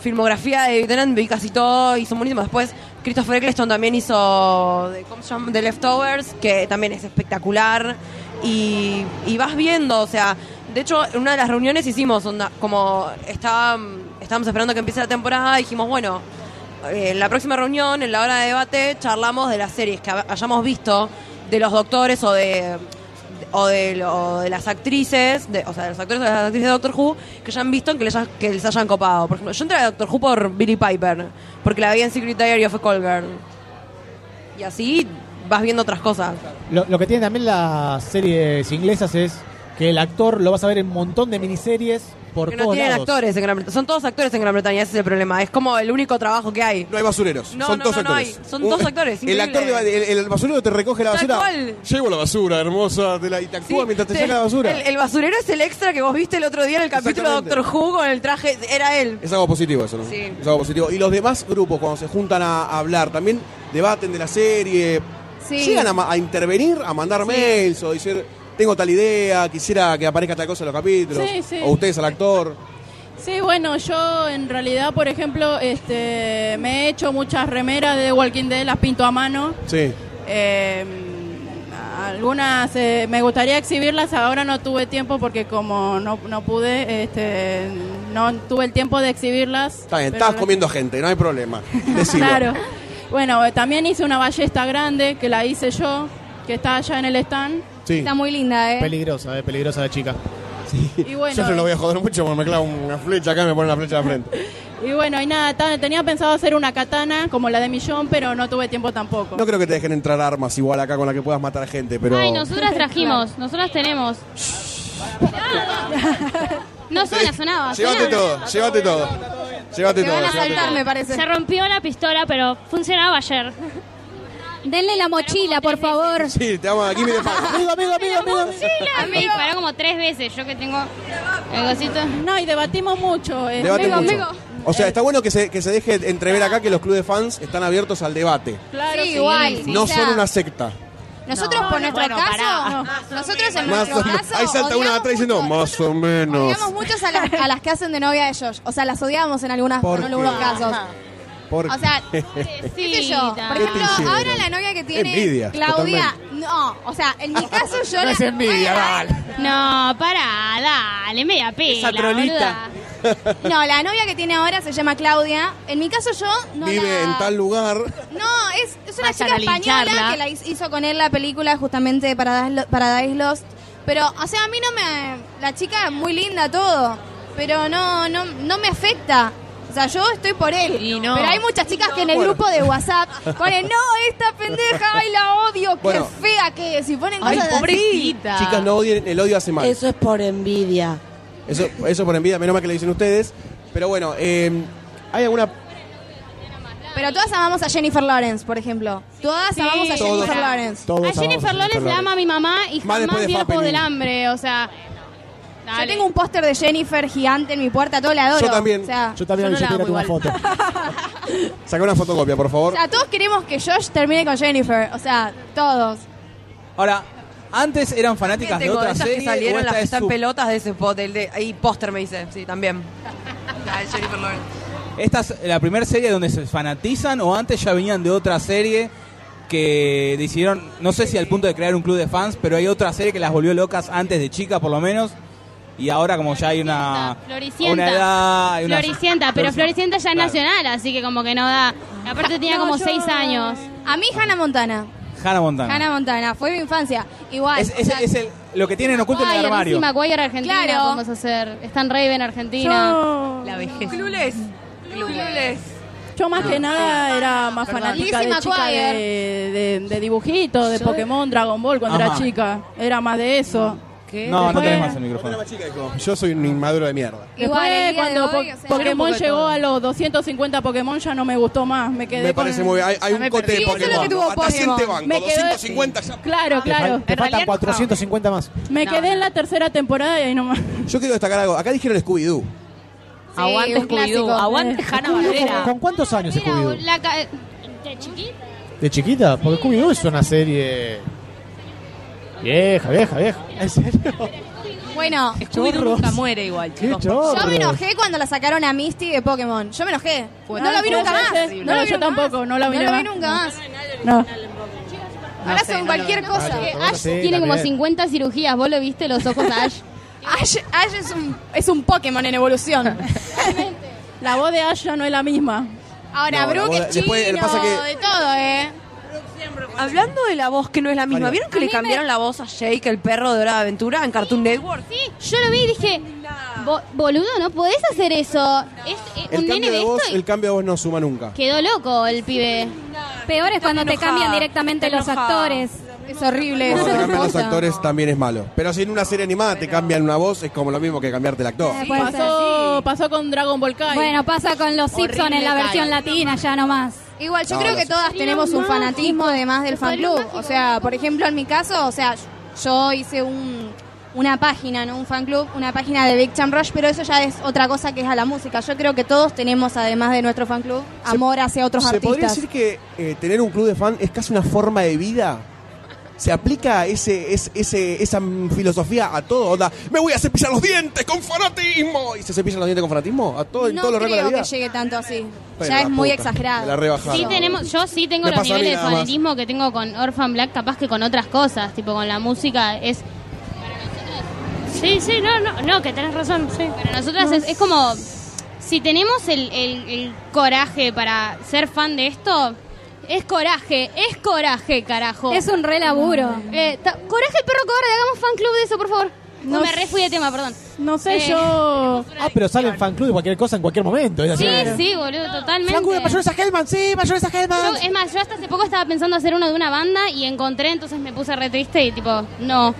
Speaker 10: filmografía de David Tennant vi casi todo y son buenísimos. Después Christopher Eccleston también hizo de, ¿cómo se llama? The Leftovers, que también es espectacular y, y vas viendo, o sea, de hecho en una de las reuniones hicimos, onda, como estaba, estábamos esperando que empiece la temporada, dijimos, bueno, eh, en la próxima reunión, en la hora de debate, charlamos de las series que hab- hayamos visto, de los doctores o de o de, lo- de las actrices, de- o sea, de los actores o de las actrices de Doctor Who que ya han visto que les, ha- que les hayan copado. Por ejemplo, yo entré a Doctor Who por Billy Piper, porque la vi en Secret Diary of a Call Girl. Y así vas viendo otras cosas.
Speaker 7: Lo, lo que tienen también las series inglesas es que el actor lo vas a ver en un montón de miniseries por
Speaker 10: Porque no
Speaker 7: todos
Speaker 10: tienen
Speaker 7: lados.
Speaker 10: actores ¿eh? en Gran Bretaña. Son todos actores en Gran Bretaña, ese es el problema. Es como el único trabajo que hay.
Speaker 3: No hay basureros.
Speaker 10: No,
Speaker 3: son
Speaker 10: no,
Speaker 3: dos
Speaker 10: no, no
Speaker 3: actores.
Speaker 10: hay. Son dos actores,
Speaker 3: El actor,
Speaker 10: increíble.
Speaker 3: de- el, el basurero te recoge la
Speaker 10: Tal
Speaker 3: basura.
Speaker 10: cual.
Speaker 3: Llevo la basura, hermosa, te la- y te actúa mientras te
Speaker 10: Sí.
Speaker 3: saca la basura.
Speaker 10: El, el basurero es el extra que vos viste el otro día en el capítulo de
Speaker 3: Exactamente.
Speaker 10: Doctor Who con el traje. Era él.
Speaker 3: Es algo positivo eso, ¿no?
Speaker 10: Sí.
Speaker 3: Es algo positivo. Y los demás grupos, cuando se juntan a, a hablar, también debaten de la serie.
Speaker 6: Sí.
Speaker 3: Llegan a, ma- a intervenir, a mandar mails o decir, tengo tal idea, quisiera que aparezca tal cosa en los capítulos.
Speaker 9: Sí, sí.
Speaker 3: O ustedes al actor.
Speaker 9: Sí, bueno, yo en realidad, por ejemplo, este, me he hecho muchas remeras de The Walking Dead, las pinto a mano.
Speaker 3: Sí.
Speaker 9: Eh, algunas eh, me gustaría exhibirlas, ahora no tuve tiempo porque como no, no pude, este, no tuve el tiempo de exhibirlas.
Speaker 3: Está bien,
Speaker 9: pero
Speaker 3: estás
Speaker 9: las-
Speaker 3: comiendo gente, no hay problema. Decilo.
Speaker 9: Claro. Bueno, eh, también hice una ballesta grande que la hice yo, que está allá en el stand.
Speaker 3: Sí.
Speaker 6: Está muy linda, ¿eh?
Speaker 7: Peligrosa, eh, peligrosa la chica.
Speaker 9: Y bueno,
Speaker 3: Yo no
Speaker 10: eh.
Speaker 3: lo voy a joder mucho porque me clavo una flecha acá y me ponen la flecha de frente.
Speaker 9: Y bueno, y nada, ta- tenía pensado hacer una katana como la de Millón, pero no tuve tiempo tampoco.
Speaker 3: No creo que te dejen entrar armas igual acá con la que puedas matar gente, pero.
Speaker 11: Ay, nosotras trajimos, nosotras tenemos. No suena, sonaba.
Speaker 3: Llévate
Speaker 11: sonaba.
Speaker 3: todo, llévate todo. Llévate todo. llévate todo.
Speaker 6: saltar, me parece.
Speaker 1: Se rompió la pistola, pero funcionaba ayer.
Speaker 8: Denle la mochila, por favor.
Speaker 3: Sí, te vamos aquí, mire.
Speaker 7: Amigo, amigo, amigo, amigo.
Speaker 1: A mí me disparó como tres veces. Yo que tengo el cosito.
Speaker 9: No, y debatimos mucho. eh.
Speaker 3: Debate
Speaker 9: Amigo,
Speaker 3: mucho.
Speaker 9: amigo.
Speaker 3: O sea, está bueno que se, que se deje entrever acá que los clubes de fans están abiertos al debate.
Speaker 9: Claro,
Speaker 6: Sí, igual. sí,
Speaker 3: no
Speaker 6: o sea,
Speaker 3: son una secta.
Speaker 6: Nosotros, por nuestro
Speaker 5: bueno,
Speaker 6: caso,
Speaker 5: pará.
Speaker 6: nosotros en
Speaker 3: Más
Speaker 6: nuestro
Speaker 3: o menos.
Speaker 6: caso.
Speaker 3: Ahí salta una de
Speaker 6: odiamos
Speaker 3: atrás diciendo,
Speaker 6: mucho-
Speaker 3: más o menos.
Speaker 6: Odiamos muchos a, las- a las que hacen de novia de ellos. O sea, las odiamos en, algunas,
Speaker 3: ¿Por
Speaker 6: en algunos
Speaker 3: qué?
Speaker 6: casos.
Speaker 3: Porque-
Speaker 6: O sea, ¿Qué sé yo? Por
Speaker 3: ¿Qué te
Speaker 6: ejemplo,
Speaker 3: hicieron?
Speaker 6: ahora la novia que tiene
Speaker 3: Envidia,
Speaker 6: Claudia. No, o sea, en mi caso yo.
Speaker 7: No
Speaker 6: la-
Speaker 7: es envidia, vale.
Speaker 1: No, pará, dale, media pila.
Speaker 12: Esa trolita.
Speaker 1: boluda.
Speaker 6: No, la novia que tiene ahora se llama Claudia. En mi caso yo no
Speaker 3: vive
Speaker 6: la-
Speaker 3: en tal lugar.
Speaker 6: No, es, es una
Speaker 5: Vayan
Speaker 6: chica
Speaker 5: a
Speaker 6: española
Speaker 5: lincharla.
Speaker 6: que la hiz- hizo con él la película justamente Paradise, Lo- Paradise Lost. Pero, o sea, a mí no me... La chica muy linda, todo. Pero no, no, no me afecta. O sea, yo estoy por él.
Speaker 5: Y no.
Speaker 6: Pero hay muchas chicas que en el grupo de WhatsApp ponen, no, esta pendeja, ay, la odio, qué
Speaker 3: Bueno.
Speaker 6: fea que es. Y ponen
Speaker 5: Ay,
Speaker 6: cosas así.
Speaker 5: pobrecita.
Speaker 3: Chicas, no odien, el odio hace mal. Eso,
Speaker 12: Eso es por envidia.
Speaker 3: eso, por envidia, menos mal que le dicen ustedes. Pero bueno, eh, ¿hay alguna.
Speaker 6: Pero todas amamos a Jennifer Lawrence, por ejemplo. Todas
Speaker 1: Sí.
Speaker 6: amamos a
Speaker 1: Todos.
Speaker 6: Jennifer Lawrence.
Speaker 7: Todos
Speaker 1: A
Speaker 7: amamos
Speaker 1: Jennifer Lawrence la ama mi mamá y
Speaker 3: Más después
Speaker 1: jamás
Speaker 3: de
Speaker 1: vio
Speaker 3: Fappening.
Speaker 1: Juego del Hambre. O sea,
Speaker 6: Yo
Speaker 1: dale.
Speaker 6: tengo un póster de Jennifer gigante en mi puerta, todo la adoro.
Speaker 3: Yo también.
Speaker 6: O
Speaker 2: Ah,
Speaker 6: sea,
Speaker 7: Yo también
Speaker 5: Yo no
Speaker 7: yo
Speaker 5: la
Speaker 7: tengo
Speaker 5: amo
Speaker 7: una
Speaker 5: igual.
Speaker 7: foto.
Speaker 3: Saca una fotocopia, por favor.
Speaker 6: O sea, todos queremos que Josh termine con Jennifer. O sea, todos.
Speaker 2: Ahora, antes eran fanáticas de
Speaker 10: tengo
Speaker 2: otra
Speaker 10: esas
Speaker 2: serie.
Speaker 10: que
Speaker 2: o
Speaker 10: salieron,
Speaker 2: esta
Speaker 10: las que
Speaker 2: es
Speaker 10: están
Speaker 2: su-
Speaker 10: pelotas de ese pot, el de ahí póster me dice, sí, también. Ah, el Jennifer Lawrence.
Speaker 2: ¿Esta es la primera serie donde se fanatizan o antes ya venían de otra serie que decidieron, no sé si al punto de crear un club de fans, pero hay otra serie que las volvió locas antes de chica por lo menos y ahora como ya hay una,
Speaker 1: Floricienta.
Speaker 2: una edad... hay una-
Speaker 1: Floricienta, pero Floricienta ya es
Speaker 2: Claro.
Speaker 1: nacional, así que como que no da. Aparte tenía
Speaker 9: No,
Speaker 1: como
Speaker 9: yo-
Speaker 1: seis años.
Speaker 6: A mí Hannah Montana.
Speaker 2: Hannah Montana.
Speaker 6: Hannah Montana, fue mi infancia. Igual.
Speaker 2: Es,
Speaker 6: o
Speaker 2: es-
Speaker 6: sea,
Speaker 2: es el- lo que tienen oculto en el
Speaker 1: Maguire,
Speaker 2: armario.
Speaker 1: sí, Maguire Argentina
Speaker 6: Claro.
Speaker 1: podemos hacer. Stan Raven Argentina.
Speaker 9: Yo,
Speaker 5: La vejez.
Speaker 10: Clules. Clules.
Speaker 9: yo más
Speaker 3: Ah.
Speaker 9: que nada era más fanática de
Speaker 6: Lizzie
Speaker 9: chica
Speaker 6: McGuire.
Speaker 9: de, de, de dibujitos, de Pokémon, Dragon Ball cuando
Speaker 2: Ajá.
Speaker 9: era chica. Era más de eso.
Speaker 2: No, no
Speaker 9: Después-
Speaker 2: tenés más el micrófono.
Speaker 3: Yo soy un inmaduro de mierda.
Speaker 9: Después,
Speaker 6: Igual, el día de
Speaker 9: cuando
Speaker 6: hoy,
Speaker 9: po-
Speaker 6: o sea, era un
Speaker 9: Pokémon
Speaker 6: poco de
Speaker 9: llegó
Speaker 6: todo.
Speaker 9: a los 250 Pokémon, ya no me gustó más. Me quedé
Speaker 3: Me
Speaker 9: con-
Speaker 3: parece muy bien. Hay, hay
Speaker 5: Ya
Speaker 3: un
Speaker 5: me
Speaker 3: cote de
Speaker 5: perdí. Sí,
Speaker 6: eso es lo que
Speaker 3: Pokémon.
Speaker 6: tuvo
Speaker 3: Hasta 100 te
Speaker 6: Pokémon.
Speaker 3: banco,
Speaker 9: Me quedé-
Speaker 3: 250 ya.
Speaker 9: Claro,
Speaker 7: Te fal-
Speaker 9: Ah, claro.
Speaker 7: Te
Speaker 5: En realidad
Speaker 7: faltan
Speaker 5: no.
Speaker 7: 450 más.
Speaker 9: Me
Speaker 5: No,
Speaker 9: quedé en
Speaker 5: no.
Speaker 9: la tercera temporada y ahí nomás.
Speaker 3: Yo quiero destacar algo. Acá dijeron Scooby-Doo.
Speaker 6: Sí,
Speaker 5: Aguante
Speaker 6: un clásico.
Speaker 5: Scooby-Doo. Aguante Hanna
Speaker 7: ¿Con,
Speaker 5: Barbera.
Speaker 7: con cuántos años
Speaker 1: Mira,
Speaker 7: Scooby-Doo?
Speaker 1: la ca- de chiquita.
Speaker 7: ¿De chiquita? Porque Scooby-Doo es una serie... Vieja, vieja, vieja. ¿En serio?
Speaker 6: Bueno,
Speaker 5: Scooby-Doo
Speaker 7: Chorros.
Speaker 5: nunca muere igual,
Speaker 7: ¡Qué
Speaker 5: chicos.
Speaker 7: chorro!
Speaker 6: yo me enojé cuando la sacaron a Misty de Pokémon. Yo me enojé.
Speaker 5: Fue-
Speaker 6: no lo vi
Speaker 9: fue
Speaker 6: nunca más.
Speaker 9: horrible.
Speaker 6: lo
Speaker 9: No,
Speaker 6: vi
Speaker 9: yo
Speaker 6: nunca
Speaker 9: tampoco,
Speaker 6: más.
Speaker 9: no la vi
Speaker 6: No lo
Speaker 9: nunca
Speaker 6: vi nunca más.
Speaker 9: No.
Speaker 6: Ahora
Speaker 5: sé,
Speaker 6: son
Speaker 5: no
Speaker 6: cualquier
Speaker 5: lo
Speaker 6: cosa.
Speaker 7: Claro.
Speaker 1: Ash
Speaker 7: Sí,
Speaker 1: tiene como
Speaker 7: también.
Speaker 1: 50 cirugías. ¿Vos lo viste los ojos a Ash?
Speaker 6: Ash, Ash es, un, es un Pokémon en evolución.
Speaker 9: La voz de Ash ya no es la
Speaker 5: Ah.
Speaker 9: misma.
Speaker 6: Ahora,
Speaker 3: No, la
Speaker 6: Brook
Speaker 3: boda-
Speaker 6: es chino,
Speaker 3: después, el pasa que-
Speaker 6: de todo, ¿eh?
Speaker 10: Hablando de la voz que no es la misma,
Speaker 3: Vale.
Speaker 10: ¿vieron que le cambiaron la voz a Jake, el perro de Hora de Aventura, en Cartoon Network?
Speaker 1: Sí, yo lo vi y dije, "Bo- boludo, no podés hacer eso. Es, eh,
Speaker 3: El
Speaker 1: un nene
Speaker 3: cambio de
Speaker 1: de
Speaker 3: voz,
Speaker 1: esto y
Speaker 3: el cambio de voz no suma nunca.
Speaker 1: quedó loco el pibe.
Speaker 8: Peor es cuando te
Speaker 10: enojada,
Speaker 8: cambian directamente
Speaker 10: está
Speaker 8: los
Speaker 10: enojada.
Speaker 8: actores.
Speaker 6: Es horrible.
Speaker 3: Cuando
Speaker 6: es
Speaker 3: te cambian los
Speaker 6: hermosa.
Speaker 3: actores también es malo. Pero si en una serie animada te cambian una voz, es como lo mismo que cambiarte el actor.
Speaker 8: Eh, puede ser.
Speaker 9: Pasó, pasó con Dragon Ball Kai.
Speaker 8: Bueno, pasa con los
Speaker 5: Horrible
Speaker 8: Simpsons en la
Speaker 5: Kai.
Speaker 8: versión latina, ya nomás.
Speaker 6: Igual, yo
Speaker 3: No,
Speaker 6: creo
Speaker 3: no
Speaker 6: que
Speaker 3: sé.
Speaker 6: todas tenemos un
Speaker 1: mágico.
Speaker 6: fanatismo además del
Speaker 1: Los
Speaker 6: fan club.
Speaker 1: padrinos
Speaker 6: O sea, por ejemplo, en mi caso, o sea, yo hice un, una página, ¿no? Un fan club, una página de Big Time Rush, pero eso ya es otra cosa que es a la música. Yo creo que todos tenemos, además de nuestro fan club,
Speaker 3: Se-
Speaker 6: amor hacia otros
Speaker 3: ¿Se podría
Speaker 6: artistas.
Speaker 3: decir que eh, tener un club de fan es casi una forma de vida? ¿Se aplica ese, es- ese, esa mm, filosofía a todo? Onda, me voy a cepillar los dientes con fanatismo. ¿Y se cepillan los dientes con fanatismo? ¿A todo, en
Speaker 6: no
Speaker 3: todos los rangos de
Speaker 6: creo
Speaker 3: la
Speaker 6: que
Speaker 3: vida?
Speaker 6: llegue tanto así.
Speaker 3: Bueno,
Speaker 6: ya
Speaker 3: la
Speaker 6: es muy
Speaker 3: puta, me La
Speaker 6: exagerado.
Speaker 3: rebajaron.
Speaker 1: Sí tenemos, yo sí tengo
Speaker 3: Me
Speaker 1: los
Speaker 3: pasa a mí
Speaker 1: niveles de
Speaker 3: nada más.
Speaker 1: fanatismo que tengo con Orphan Black, capaz que con otras cosas, tipo con la música es. Sí, sí, no, no, no, que tenés razón, sí. Para nosotras es, es como, si tenemos el, el- el coraje para ser fan de esto, es coraje, es coraje, carajo.
Speaker 8: Es un re laburo.
Speaker 1: Eh, ta- coraje, perro cobarde, hagamos fan club de eso, por favor. No
Speaker 9: No
Speaker 1: me refui de tema, perdón.
Speaker 9: No sé,
Speaker 1: Eh,
Speaker 9: yo.
Speaker 7: Ah, pero sale en fan club de cualquier cosa en cualquier momento. Es así.
Speaker 1: Sí, sí, boludo, totalmente.
Speaker 12: Flaco de mayores a Hellman, sí, mayores a
Speaker 1: Yo-
Speaker 12: Hellman.
Speaker 1: es más, yo hasta hace poco estaba pensando hacer uno de una banda y encontré, entonces me puse re triste y tipo, no.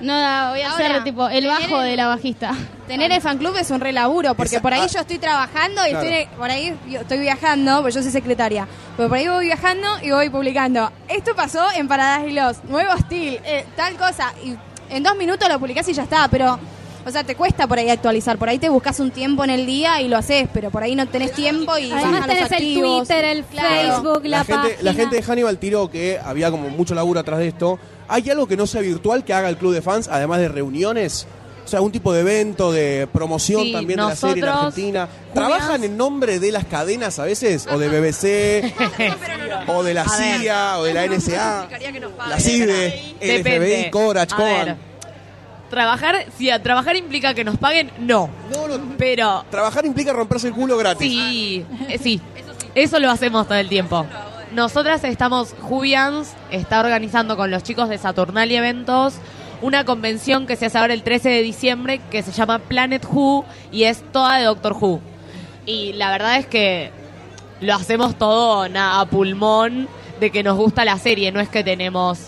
Speaker 1: No, no, voy a
Speaker 6: Ahora,
Speaker 1: hacer tipo el bajo de la bajista.
Speaker 6: Tener el fan club es un re laburo, porque
Speaker 1: Esa-
Speaker 6: por ahí
Speaker 1: ah.
Speaker 6: yo estoy trabajando y
Speaker 1: Claro.
Speaker 6: estoy, por ahí yo estoy viajando, porque yo soy secretaria. Pero por ahí voy viajando y voy publicando. Esto pasó en Paradas y Los, nuevo hostil, eh, tal cosa. Y en dos minutos lo publicás y ya está, pero. O sea, te cuesta por ahí actualizar. Por ahí te buscas un tiempo en el día y lo haces, pero por ahí no tenés tiempo y.
Speaker 8: Además
Speaker 6: bajan los
Speaker 8: tenés el
Speaker 6: activos.
Speaker 8: Twitter, el Facebook, la
Speaker 3: gente,
Speaker 8: página.
Speaker 3: Eh, gente de Hannibal tiró que había como mucho laburo atrás de esto. ¿Hay algo que no sea virtual que haga el club de fans, además de reuniones? O sea, algún tipo de evento, de promoción
Speaker 5: Sí,
Speaker 3: también de la serie en
Speaker 5: nosotros,
Speaker 3: Argentina. ¿Trabajan en nombre de las cadenas a veces? ¿O de BBC? ¿O de la
Speaker 10: A ver.
Speaker 3: CIA? ¿O de la NSA?
Speaker 10: que nos
Speaker 3: ¿La
Speaker 12: E,
Speaker 3: CIDE? ¿El
Speaker 5: Depende.
Speaker 3: FBI? ¿Corach?
Speaker 5: A ver,
Speaker 3: Coban?
Speaker 5: Trabajar, si a trabajar implica que nos paguen, no. Pero.
Speaker 3: Trabajar implica romperse el culo gratis.
Speaker 5: Sí, eh, sí. Eso lo hacemos todo el tiempo. Nosotras estamos, Jubians está organizando con los chicos de Saturnalia Eventos una convención que se hace ahora el 13 de diciembre que se llama Planet Who y es toda de Doctor Who. Y la verdad es que lo hacemos todo nada, a pulmón de que nos gusta la serie, no es que tenemos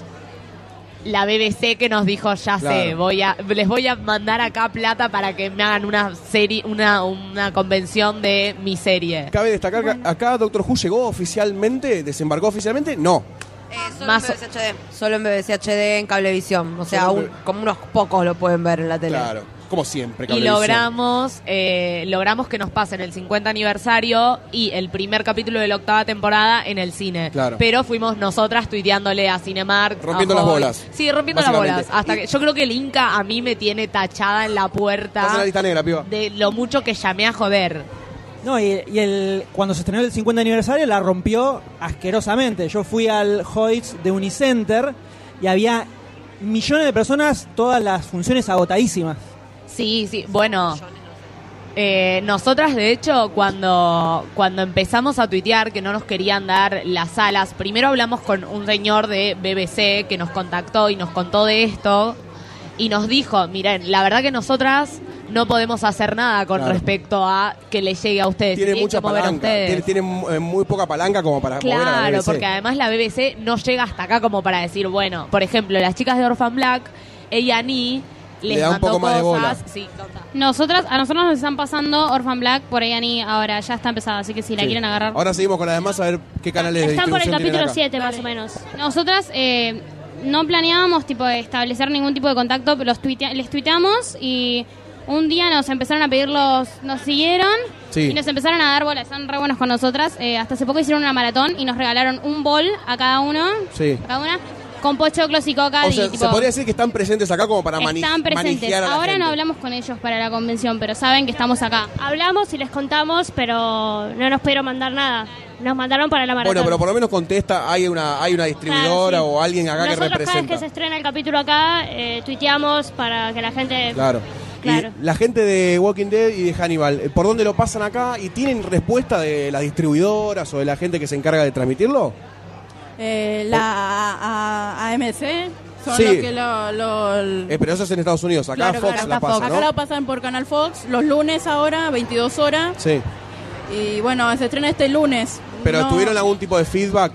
Speaker 5: la BBC que nos dijo, ya sé,
Speaker 13: Claro.
Speaker 5: voy a, les voy a mandar acá plata para que me hagan una serie, una, una convención de mi serie.
Speaker 3: Cabe destacar que acá Doctor Who llegó oficialmente, desembarcó oficialmente. No,
Speaker 10: Solo en BBC HD. Solo en BBC HD, en Cablevisión. O sea,
Speaker 3: Solo en
Speaker 10: un- como unos pocos lo pueden ver en la tele.
Speaker 3: claro, como siempre.
Speaker 5: Y
Speaker 3: Cablevisión.
Speaker 5: logramos, eh, logramos que nos pasen el 50 aniversario y el primer capítulo de la octava temporada en el cine.
Speaker 3: Claro.
Speaker 5: Pero fuimos nosotras tuiteándole a Cinemark.
Speaker 3: Rompiendo
Speaker 5: a
Speaker 3: las
Speaker 5: Hoy.
Speaker 3: bolas,
Speaker 5: Sí, rompiendo las
Speaker 3: básicamente.
Speaker 5: bolas. Hasta que, yo creo que el Inca a mí me tiene tachada en la
Speaker 3: Estás en
Speaker 5: puerta
Speaker 3: la lista negra, piba.
Speaker 5: de lo mucho que llamé a joder.
Speaker 14: No, y, y el, cuando se estrenó el 50 aniversario la rompió asquerosamente. Yo fui al Hoyts de Unicenter y había millones de personas, todas las funciones agotadísimas.
Speaker 5: Sí, sí, bueno. eh, nosotras, de hecho, cuando, cuando empezamos a tuitear que no nos querían dar las alas, primero hablamos con un señor de BBC que nos contactó y nos contó de esto y nos dijo, miren, la verdad que nosotras no podemos hacer nada con
Speaker 3: Claro.
Speaker 5: respecto a que le llegue a ustedes.
Speaker 3: Tiene
Speaker 5: Tienen
Speaker 3: mucha
Speaker 5: que mover a
Speaker 3: palanca.
Speaker 5: ustedes.
Speaker 3: Tiene, tiene, eh, muy poca palanca como para mover a la
Speaker 5: Claro,
Speaker 3: BBC.
Speaker 5: porque además la BBC no llega hasta acá como para decir, bueno, por ejemplo, las chicas de Orphan Black, ella ni les
Speaker 3: Le da un
Speaker 5: mandó
Speaker 3: poco más de bola.
Speaker 5: cosas, sí,
Speaker 1: Nosotras, a nosotros nos están pasando Orphan Black por ni ahora, ya está empezada, así que si la
Speaker 3: Sí.
Speaker 1: quieren agarrar.
Speaker 3: Ahora seguimos con las demás a ver qué canales de
Speaker 1: Están por el
Speaker 3: distribución tienen
Speaker 1: capítulo
Speaker 3: acá.
Speaker 1: 7 más o menos. Nosotras eh, no planeábamos tipo establecer ningún tipo de contacto, pero los tuitea- les tuiteamos y un día nos empezaron a pedir los, nos siguieron
Speaker 13: Sí.
Speaker 1: y nos empezaron a dar bolas, son re buenos con nosotras. Eh, hasta hace poco hicieron una maratón y nos regalaron un bol a cada uno,
Speaker 3: Sí.
Speaker 1: a cada una, con pochoclos y coca
Speaker 3: O
Speaker 1: y
Speaker 3: sea,
Speaker 1: tipo,
Speaker 3: se podría decir que están presentes acá como para mani-
Speaker 1: están presentes.
Speaker 3: manijear a la
Speaker 1: Ahora no
Speaker 3: gente.
Speaker 1: hablamos con ellos para la convención, pero saben que estamos acá.
Speaker 13: Hablamos y les contamos, pero no nos pudieron mandar nada. Nos mandaron para la maratón.
Speaker 3: Bueno, pero por lo menos contesta, hay una, hay una distribuidora
Speaker 9: Ah,
Speaker 13: Claro, sí.
Speaker 3: o alguien acá
Speaker 13: Nosotros
Speaker 3: que
Speaker 13: cada vez
Speaker 3: representa.
Speaker 13: que se estrena el capítulo acá, eh, tuiteamos para que la gente...
Speaker 3: Claro.
Speaker 13: Claro.
Speaker 3: Y la gente de Walking Dead y de Hannibal, eh, ¿por dónde lo pasan acá? ¿Y tienen respuesta de las distribuidoras o de la gente que se encarga de transmitirlo?
Speaker 9: Eh, la a- a- AMC son
Speaker 3: Sí.
Speaker 9: los que lo... lo-
Speaker 3: Eh, pero eso es en Estados Unidos, acá
Speaker 9: Mm. claro,
Speaker 3: Fox
Speaker 9: claro,
Speaker 3: la
Speaker 9: acá
Speaker 3: pasa,
Speaker 9: Fox.
Speaker 3: ¿no?
Speaker 9: Acá lo pasan por Canal Fox los lunes ahora, 22 horas.
Speaker 3: Sí.
Speaker 9: Y bueno, se estrena este lunes.
Speaker 3: Pero
Speaker 9: No-
Speaker 3: ¿tuvieron algún tipo de feedback?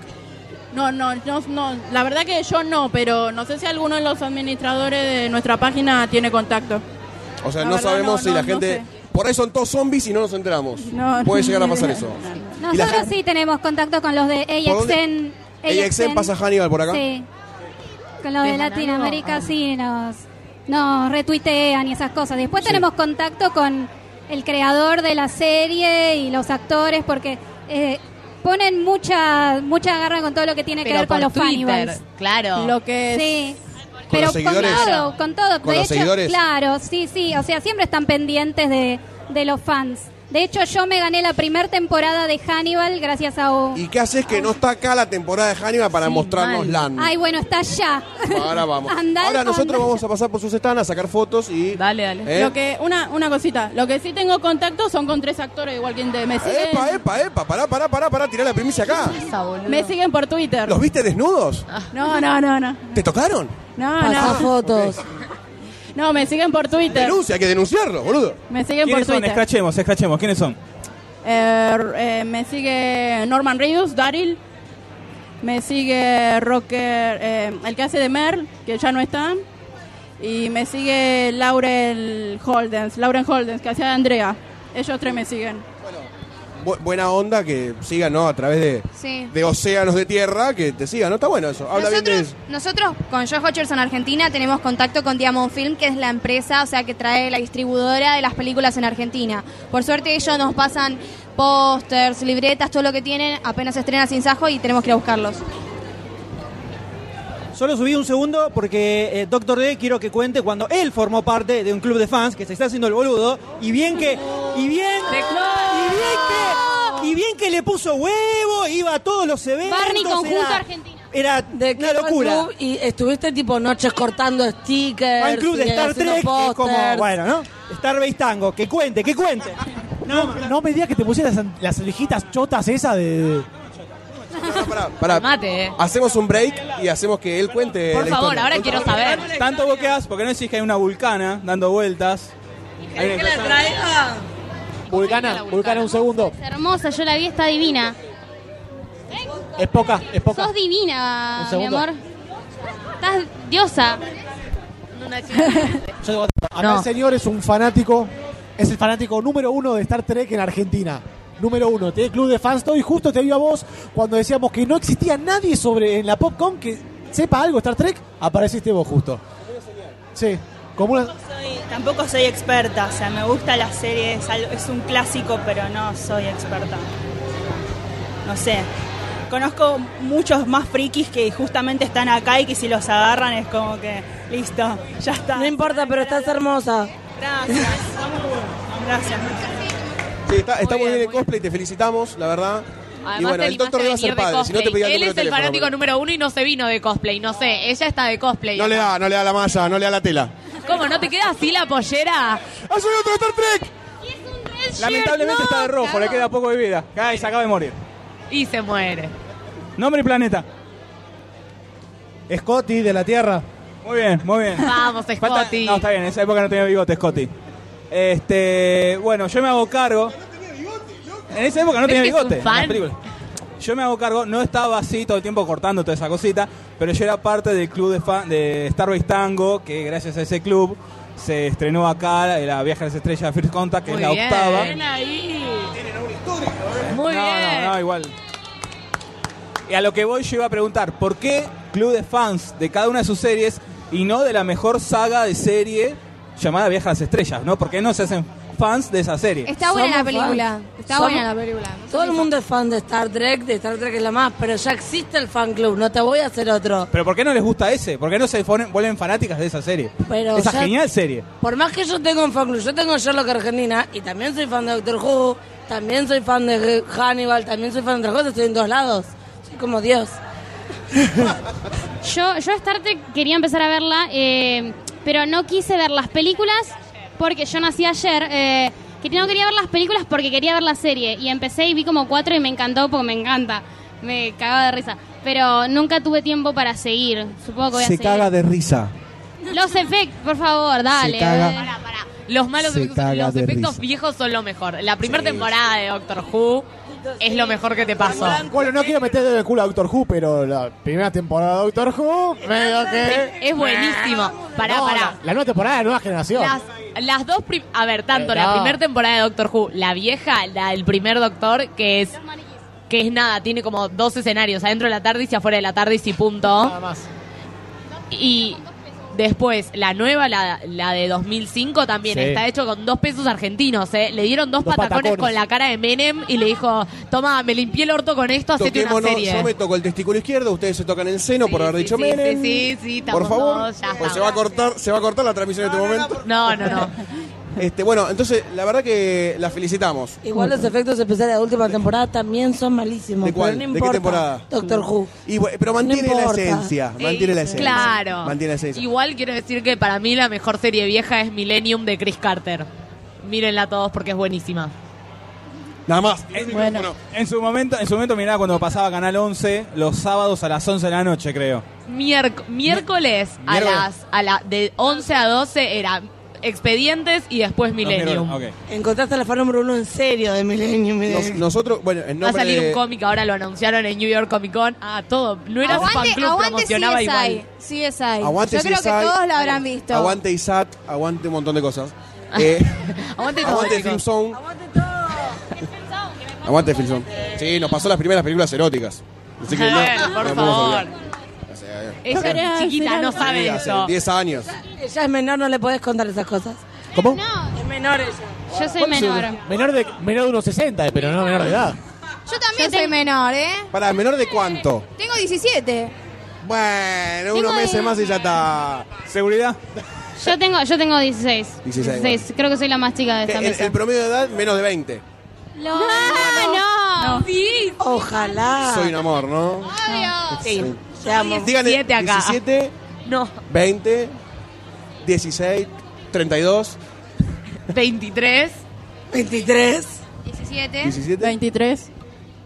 Speaker 9: No, no, no, no. La verdad que yo no, pero no sé si alguno de los administradores de nuestra página tiene contacto.
Speaker 3: O sea,
Speaker 9: La
Speaker 3: no
Speaker 9: verdad,
Speaker 3: sabemos
Speaker 9: no,
Speaker 3: si la
Speaker 9: no, no
Speaker 3: gente...
Speaker 9: sé.
Speaker 3: Por ahí son todos zombies y no nos enteramos.
Speaker 9: No,
Speaker 3: Puede
Speaker 9: no,
Speaker 3: llegar a pasar
Speaker 9: no,
Speaker 3: eso. ¿Y la
Speaker 8: Nosotros sí tenemos contacto con los de
Speaker 3: dónde?
Speaker 8: AXN.
Speaker 3: AXN pasa Hannibal por acá.
Speaker 8: Sí. Con los de
Speaker 13: ¿Les mandan algo?
Speaker 5: Ah.
Speaker 8: Latinoamérica sí nos, nos retuitean y esas cosas. Después tenemos contacto con el creador de la serie y los actores porque eh, ponen mucha mucha garra con todo lo que tiene que
Speaker 5: Pero
Speaker 8: ver con
Speaker 5: por
Speaker 8: los
Speaker 5: Twitter,
Speaker 8: Fannibals.
Speaker 5: claro.
Speaker 9: Lo que es-
Speaker 8: Sí.
Speaker 9: Con
Speaker 8: Pero
Speaker 9: los
Speaker 8: con
Speaker 9: seguidores.
Speaker 8: todo, con todo.
Speaker 9: Con
Speaker 8: de
Speaker 9: los
Speaker 8: hecho,
Speaker 9: seguidores.
Speaker 8: claro, sí, sí. O sea, siempre están pendientes de, de los fans. De hecho, yo me gané la primera temporada de Hannibal gracias a... un-
Speaker 3: ¿Y qué haces que no está acá la temporada de Hannibal para mostrarnos LAN?
Speaker 8: Ay, bueno, está ya.
Speaker 3: Ahora vamos.
Speaker 8: Andá,
Speaker 3: Ahora nosotros
Speaker 8: andá.
Speaker 3: vamos a pasar por sus stands a sacar fotos y. ¿eh? Dale, dale.
Speaker 9: Lo que, una, una cosita, lo que sí tengo contacto son con tres actores, igual que en de me siguen,
Speaker 3: Epa, epa, epa, pará, pará, pará, pará, tirá la primicia acá.
Speaker 9: me siguen por Twitter.
Speaker 3: ¿Los viste desnudos?
Speaker 9: No, no, no, no.
Speaker 3: ¿Te tocaron?
Speaker 9: No,
Speaker 3: Pasá
Speaker 9: no.
Speaker 3: fotos.
Speaker 9: No, me siguen por Twitter.
Speaker 3: Denuncia, hay que denunciarlo, boludo.
Speaker 9: Me siguen por
Speaker 2: ¿Quiénes son?
Speaker 9: Twitter.
Speaker 2: Escrachemos, escrachemos. ¿Quiénes son?
Speaker 9: Eh, r- eh, me sigue Norman Reedus, Daryl. Me sigue Rocker, eh, el que hace de Merl, que ya no está. Y me sigue Laurel Holdens, Lauren Holdens, que hacía de Andrea. Ellos tres me siguen.
Speaker 3: Bu- buena onda que sigan, ¿no? A través de,
Speaker 6: Sí.
Speaker 3: de océanos de tierra, que te sigan, ¿no? Está bueno eso. Habla bien de eso.
Speaker 6: Nosotros con Joe Hodgerson Argentina tenemos contacto con Diamond Film, que es la empresa, o sea, que trae la distribuidora de las películas en Argentina. Por suerte ellos nos pasan pósters, libretas, todo lo que tienen, apenas se estrena Sin Sajo y tenemos que ir a buscarlos.
Speaker 14: Solo subí un segundo porque eh, Doctor D quiero que cuente cuando él formó parte de un club de fans que se está haciendo el boludo y bien que y bien y bien que y bien que le puso huevo, iba a todos los eventos.
Speaker 12: Barney Conjunto
Speaker 14: era-
Speaker 12: Argentina.
Speaker 14: Era
Speaker 12: de
Speaker 14: una locura.
Speaker 12: y estuviste tipo noches cortando stickers.
Speaker 14: Hay un club de
Speaker 12: y
Speaker 14: Star
Speaker 12: haciendo
Speaker 14: Trek que es como,
Speaker 12: pósters.
Speaker 14: bueno, ¿no? Star Base Tango, que cuente, que cuente.
Speaker 7: No, no me digas que te pusieras las, las orejitas chotas esas de...
Speaker 3: Pará,
Speaker 5: Mate, eh.
Speaker 3: hacemos un break y hacemos que él cuente.
Speaker 5: Por
Speaker 3: la
Speaker 5: favor,
Speaker 3: historia.
Speaker 5: ahora quiero saber.
Speaker 2: Tanto vos quedás, porque no decís que hay una vulcana dando vueltas. Hay una cosa-
Speaker 10: traiga?
Speaker 7: Vulcana, Vulcana, un segundo.
Speaker 1: Es hermosa, yo la vi, está divina.
Speaker 7: Es poca, es poca.
Speaker 1: Sos divina,
Speaker 7: Un
Speaker 1: mi
Speaker 7: segundo.
Speaker 1: amor. Estás diosa.
Speaker 7: Yo digo, acá el señor es un fanático, es el fanático número uno de Star Trek en Argentina. Número uno, tiene club de fans todo y justo te vio a vos cuando decíamos que no existía nadie sobre en la PopCon que sepa algo de Star Trek, apareciste vos justo. Sí, como una...
Speaker 4: Soy- tampoco soy experta, o sea, me gusta la serie, es, algo- es un clásico, pero no soy experta. No sé. Conozco muchos más frikis que justamente están acá y que si los agarran es como que, listo, ya está.
Speaker 12: No importa, pero estás hermosa.
Speaker 4: Gracias. Gracias.
Speaker 3: Sí, está, está muy bien, el cosplay, te felicitamos, la verdad.
Speaker 5: Además,
Speaker 3: y bueno,
Speaker 5: te
Speaker 3: el doctor
Speaker 5: animaste
Speaker 3: debe ser
Speaker 5: a venir de
Speaker 3: padre, si no te
Speaker 5: cosplay.
Speaker 3: pedía el
Speaker 5: Él
Speaker 3: número
Speaker 5: es
Speaker 3: de
Speaker 5: el
Speaker 3: teléfono,
Speaker 5: fanático número uno y no se vino de cosplay, no sé, ella está de cosplay.
Speaker 3: pero- No le da, no le da la malla, no le da la tela.
Speaker 5: ¿Cómo? ¿No te queda así la pollera?
Speaker 3: ¡Ah, soy otro Star Trek!
Speaker 2: Lamentablemente está de rojo, le queda poco de vida. Ay, se acaba de morir.
Speaker 5: Y se muere.
Speaker 2: Nombre y planeta.
Speaker 7: Scotty de la Tierra.
Speaker 2: Muy bien, muy bien.
Speaker 5: Vamos,
Speaker 2: Falta-
Speaker 5: Scotty.
Speaker 2: No, está bien, en esa época no tenía bigote, Scotty. Este, bueno, yo me hago cargo. En esa época no
Speaker 5: ¿Ves
Speaker 2: tenía
Speaker 5: que es un
Speaker 2: bigote. en las
Speaker 5: fan?
Speaker 2: películas. Yo me hago cargo, no estaba así todo el tiempo cortando toda esa cosita, pero yo era parte del club de, fan, de Star Wars Tango, que gracias a ese club se estrenó acá la, la Viaje a las Estrellas First Contact, que es la octava.
Speaker 5: Muy
Speaker 2: no,
Speaker 5: bien.
Speaker 2: No, no, igual. Y a lo que voy yo iba a preguntar, ¿por qué club de fans de cada una de sus series y no de la mejor saga de serie llamada Viaje a las Estrellas, ¿no? ¿Por qué no se hacen fans de esa serie?
Speaker 9: Este
Speaker 6: Está buena la
Speaker 12: Somos
Speaker 6: película,
Speaker 12: fan.
Speaker 6: está
Speaker 12: Somos-
Speaker 6: buena la película.
Speaker 12: Todo el mundo es fan de Star Trek, de Star Trek es la más, pero ya existe el fan club, no te voy a hacer otro.
Speaker 2: Pero ¿por qué no les gusta ese? ¿Por qué no se ponen- vuelven fanáticas de esa serie?
Speaker 12: Pero
Speaker 2: esa
Speaker 12: ya-
Speaker 2: genial serie.
Speaker 12: Por más que yo tengo un fan club, yo tengo Sherlock Argentina y también soy fan de Doctor Who, también soy fan de Hannibal, también soy fan de otras cosas, estoy en dos lados. Soy como Dios.
Speaker 1: Yo, yo Star Trek quería empezar a verla, eh, pero no quise ver las películas porque yo nací ayer. eh, que no quería ver las películas porque quería ver la serie. Y empecé y vi como cuatro y me encantó porque me encanta. Me cagaba de risa. Pero nunca tuve tiempo para seguir. Supongo que voy a seguir.
Speaker 3: de risa.
Speaker 1: Los efectos, por favor, dale.
Speaker 3: Se caga.
Speaker 1: a ver.
Speaker 5: Los malos
Speaker 1: Se
Speaker 5: efectos,
Speaker 1: caga
Speaker 5: los
Speaker 1: de
Speaker 5: efectos
Speaker 1: risa.
Speaker 5: viejos son lo mejor. La primera temporada de Doctor Who es lo mejor que te pasó.
Speaker 7: Bueno, no quiero meter en el culo a Doctor Who, pero la primera temporada de Doctor Who, medio que...
Speaker 5: Es buenísimo. Pará,
Speaker 7: No,
Speaker 5: pará.
Speaker 7: La, la nueva temporada de Nueva Generación.
Speaker 5: Las, las dos prim- A ver, tanto
Speaker 7: Eh,
Speaker 5: la
Speaker 7: no.
Speaker 5: primera temporada de Doctor Who, la vieja, la del primer doctor, que es. Que es nada, tiene como dos escenarios, adentro de la tarde y afuera de la tarde y punto. Nada
Speaker 7: más.
Speaker 5: Y después, la nueva, la, la de 2005, también
Speaker 12: Sí.
Speaker 5: está hecho con dos pesos argentinos, ¿eh? Le dieron dos,
Speaker 12: Dos
Speaker 5: patacones,
Speaker 12: patacones.
Speaker 5: con la cara de Menem y le dijo: Toma, me limpié el orto con esto, hacete una
Speaker 3: Toquémonos,
Speaker 5: serie.
Speaker 3: yo me toco el testículo izquierdo, ustedes se tocan el seno por haber dicho
Speaker 5: sí,
Speaker 3: Menem.
Speaker 5: sí, sí, sí,
Speaker 3: Por
Speaker 5: estamos
Speaker 3: favor,
Speaker 5: todos, ya
Speaker 3: pues
Speaker 5: está.
Speaker 3: se va a cortar, se va a cortar la transmisión en este momento.
Speaker 5: No, no, no.
Speaker 3: Este, bueno, entonces la verdad que la felicitamos.
Speaker 12: Igual los efectos especiales de la última temporada también son malísimos.
Speaker 3: ¿De cuál?
Speaker 12: pero no
Speaker 3: ¿De qué
Speaker 12: importa.
Speaker 3: temporada?
Speaker 12: Doctor Who.
Speaker 3: Y bu- pero mantiene la
Speaker 12: importa.
Speaker 3: esencia, mantiene la esencia.
Speaker 5: Claro.
Speaker 3: Mantiene la esencia.
Speaker 5: Igual quiero decir que para mí la mejor serie vieja es Millennium de Chris Carter. Mírenla todos porque es buenísima.
Speaker 3: Nada más.
Speaker 2: Bueno. En su momento, en su momento mirá cuando pasaba Canal 11, los sábados a las 11 de la noche, creo.
Speaker 5: Miérc- miércoles a
Speaker 2: Miércoles.
Speaker 5: las a la, de 11 a 12 era Expedientes y después Millennium.
Speaker 12: Encontraste a la fan número uno en serio de Millennium. mirá.
Speaker 3: Nos- nosotros, bueno, en
Speaker 5: Va a
Speaker 3: nombre
Speaker 5: salir
Speaker 3: de-
Speaker 5: un cómic, ahora lo anunciaron en New York Comic Con. Ah, todo. No era fan club, promocionaba igual.
Speaker 6: Sí es ahí.
Speaker 3: Aguante
Speaker 6: Yo creo que
Speaker 3: CSI,
Speaker 6: todos la habrán visto.
Speaker 3: Aguante ISAT, aguante un montón de cosas. Eh,
Speaker 5: aguante
Speaker 6: todo,
Speaker 3: aguante
Speaker 6: chicos.
Speaker 3: Film Zone. Aguante Film Zone. Sí, nos pasó las primeras películas eróticas. Así que no,
Speaker 12: Bueno, por
Speaker 3: no podemos
Speaker 12: favor.
Speaker 3: olvidar. O sea,
Speaker 5: Ella
Speaker 3: hace-
Speaker 5: era chiquita, no sabe
Speaker 3: sí,
Speaker 5: eso.
Speaker 3: Hace 10 años.
Speaker 12: Ella es menor, no le podés contar esas cosas.
Speaker 7: ¿Cómo?
Speaker 12: Es menor ella.
Speaker 1: Yo soy menor.
Speaker 7: Menor de, menor de unos 60, pero no menor de edad.
Speaker 6: Yo también soy menor, ¿eh?
Speaker 3: ¿Para menor de cuánto?
Speaker 6: Tengo 17.
Speaker 3: Bueno,
Speaker 6: Tengo
Speaker 3: unos
Speaker 6: de-
Speaker 3: meses más y ya está. ¿Seguridad?
Speaker 1: Yo tengo, yo tengo 16.
Speaker 3: 16,
Speaker 1: Creo que soy la más chica de
Speaker 3: El,
Speaker 1: esta
Speaker 3: el-
Speaker 1: mesa.
Speaker 3: el promedio de edad, menos de 20.
Speaker 1: No, no.
Speaker 5: Sí.
Speaker 12: Ojalá.
Speaker 3: Soy Ah, un amor, ¿no?
Speaker 12: Sí.
Speaker 3: Te amo. Díganle,
Speaker 5: 17 acá.
Speaker 3: 17,
Speaker 5: No,
Speaker 3: 20, 16, 32,
Speaker 5: 23.
Speaker 12: 23.
Speaker 6: 17.
Speaker 3: 17.
Speaker 5: 23.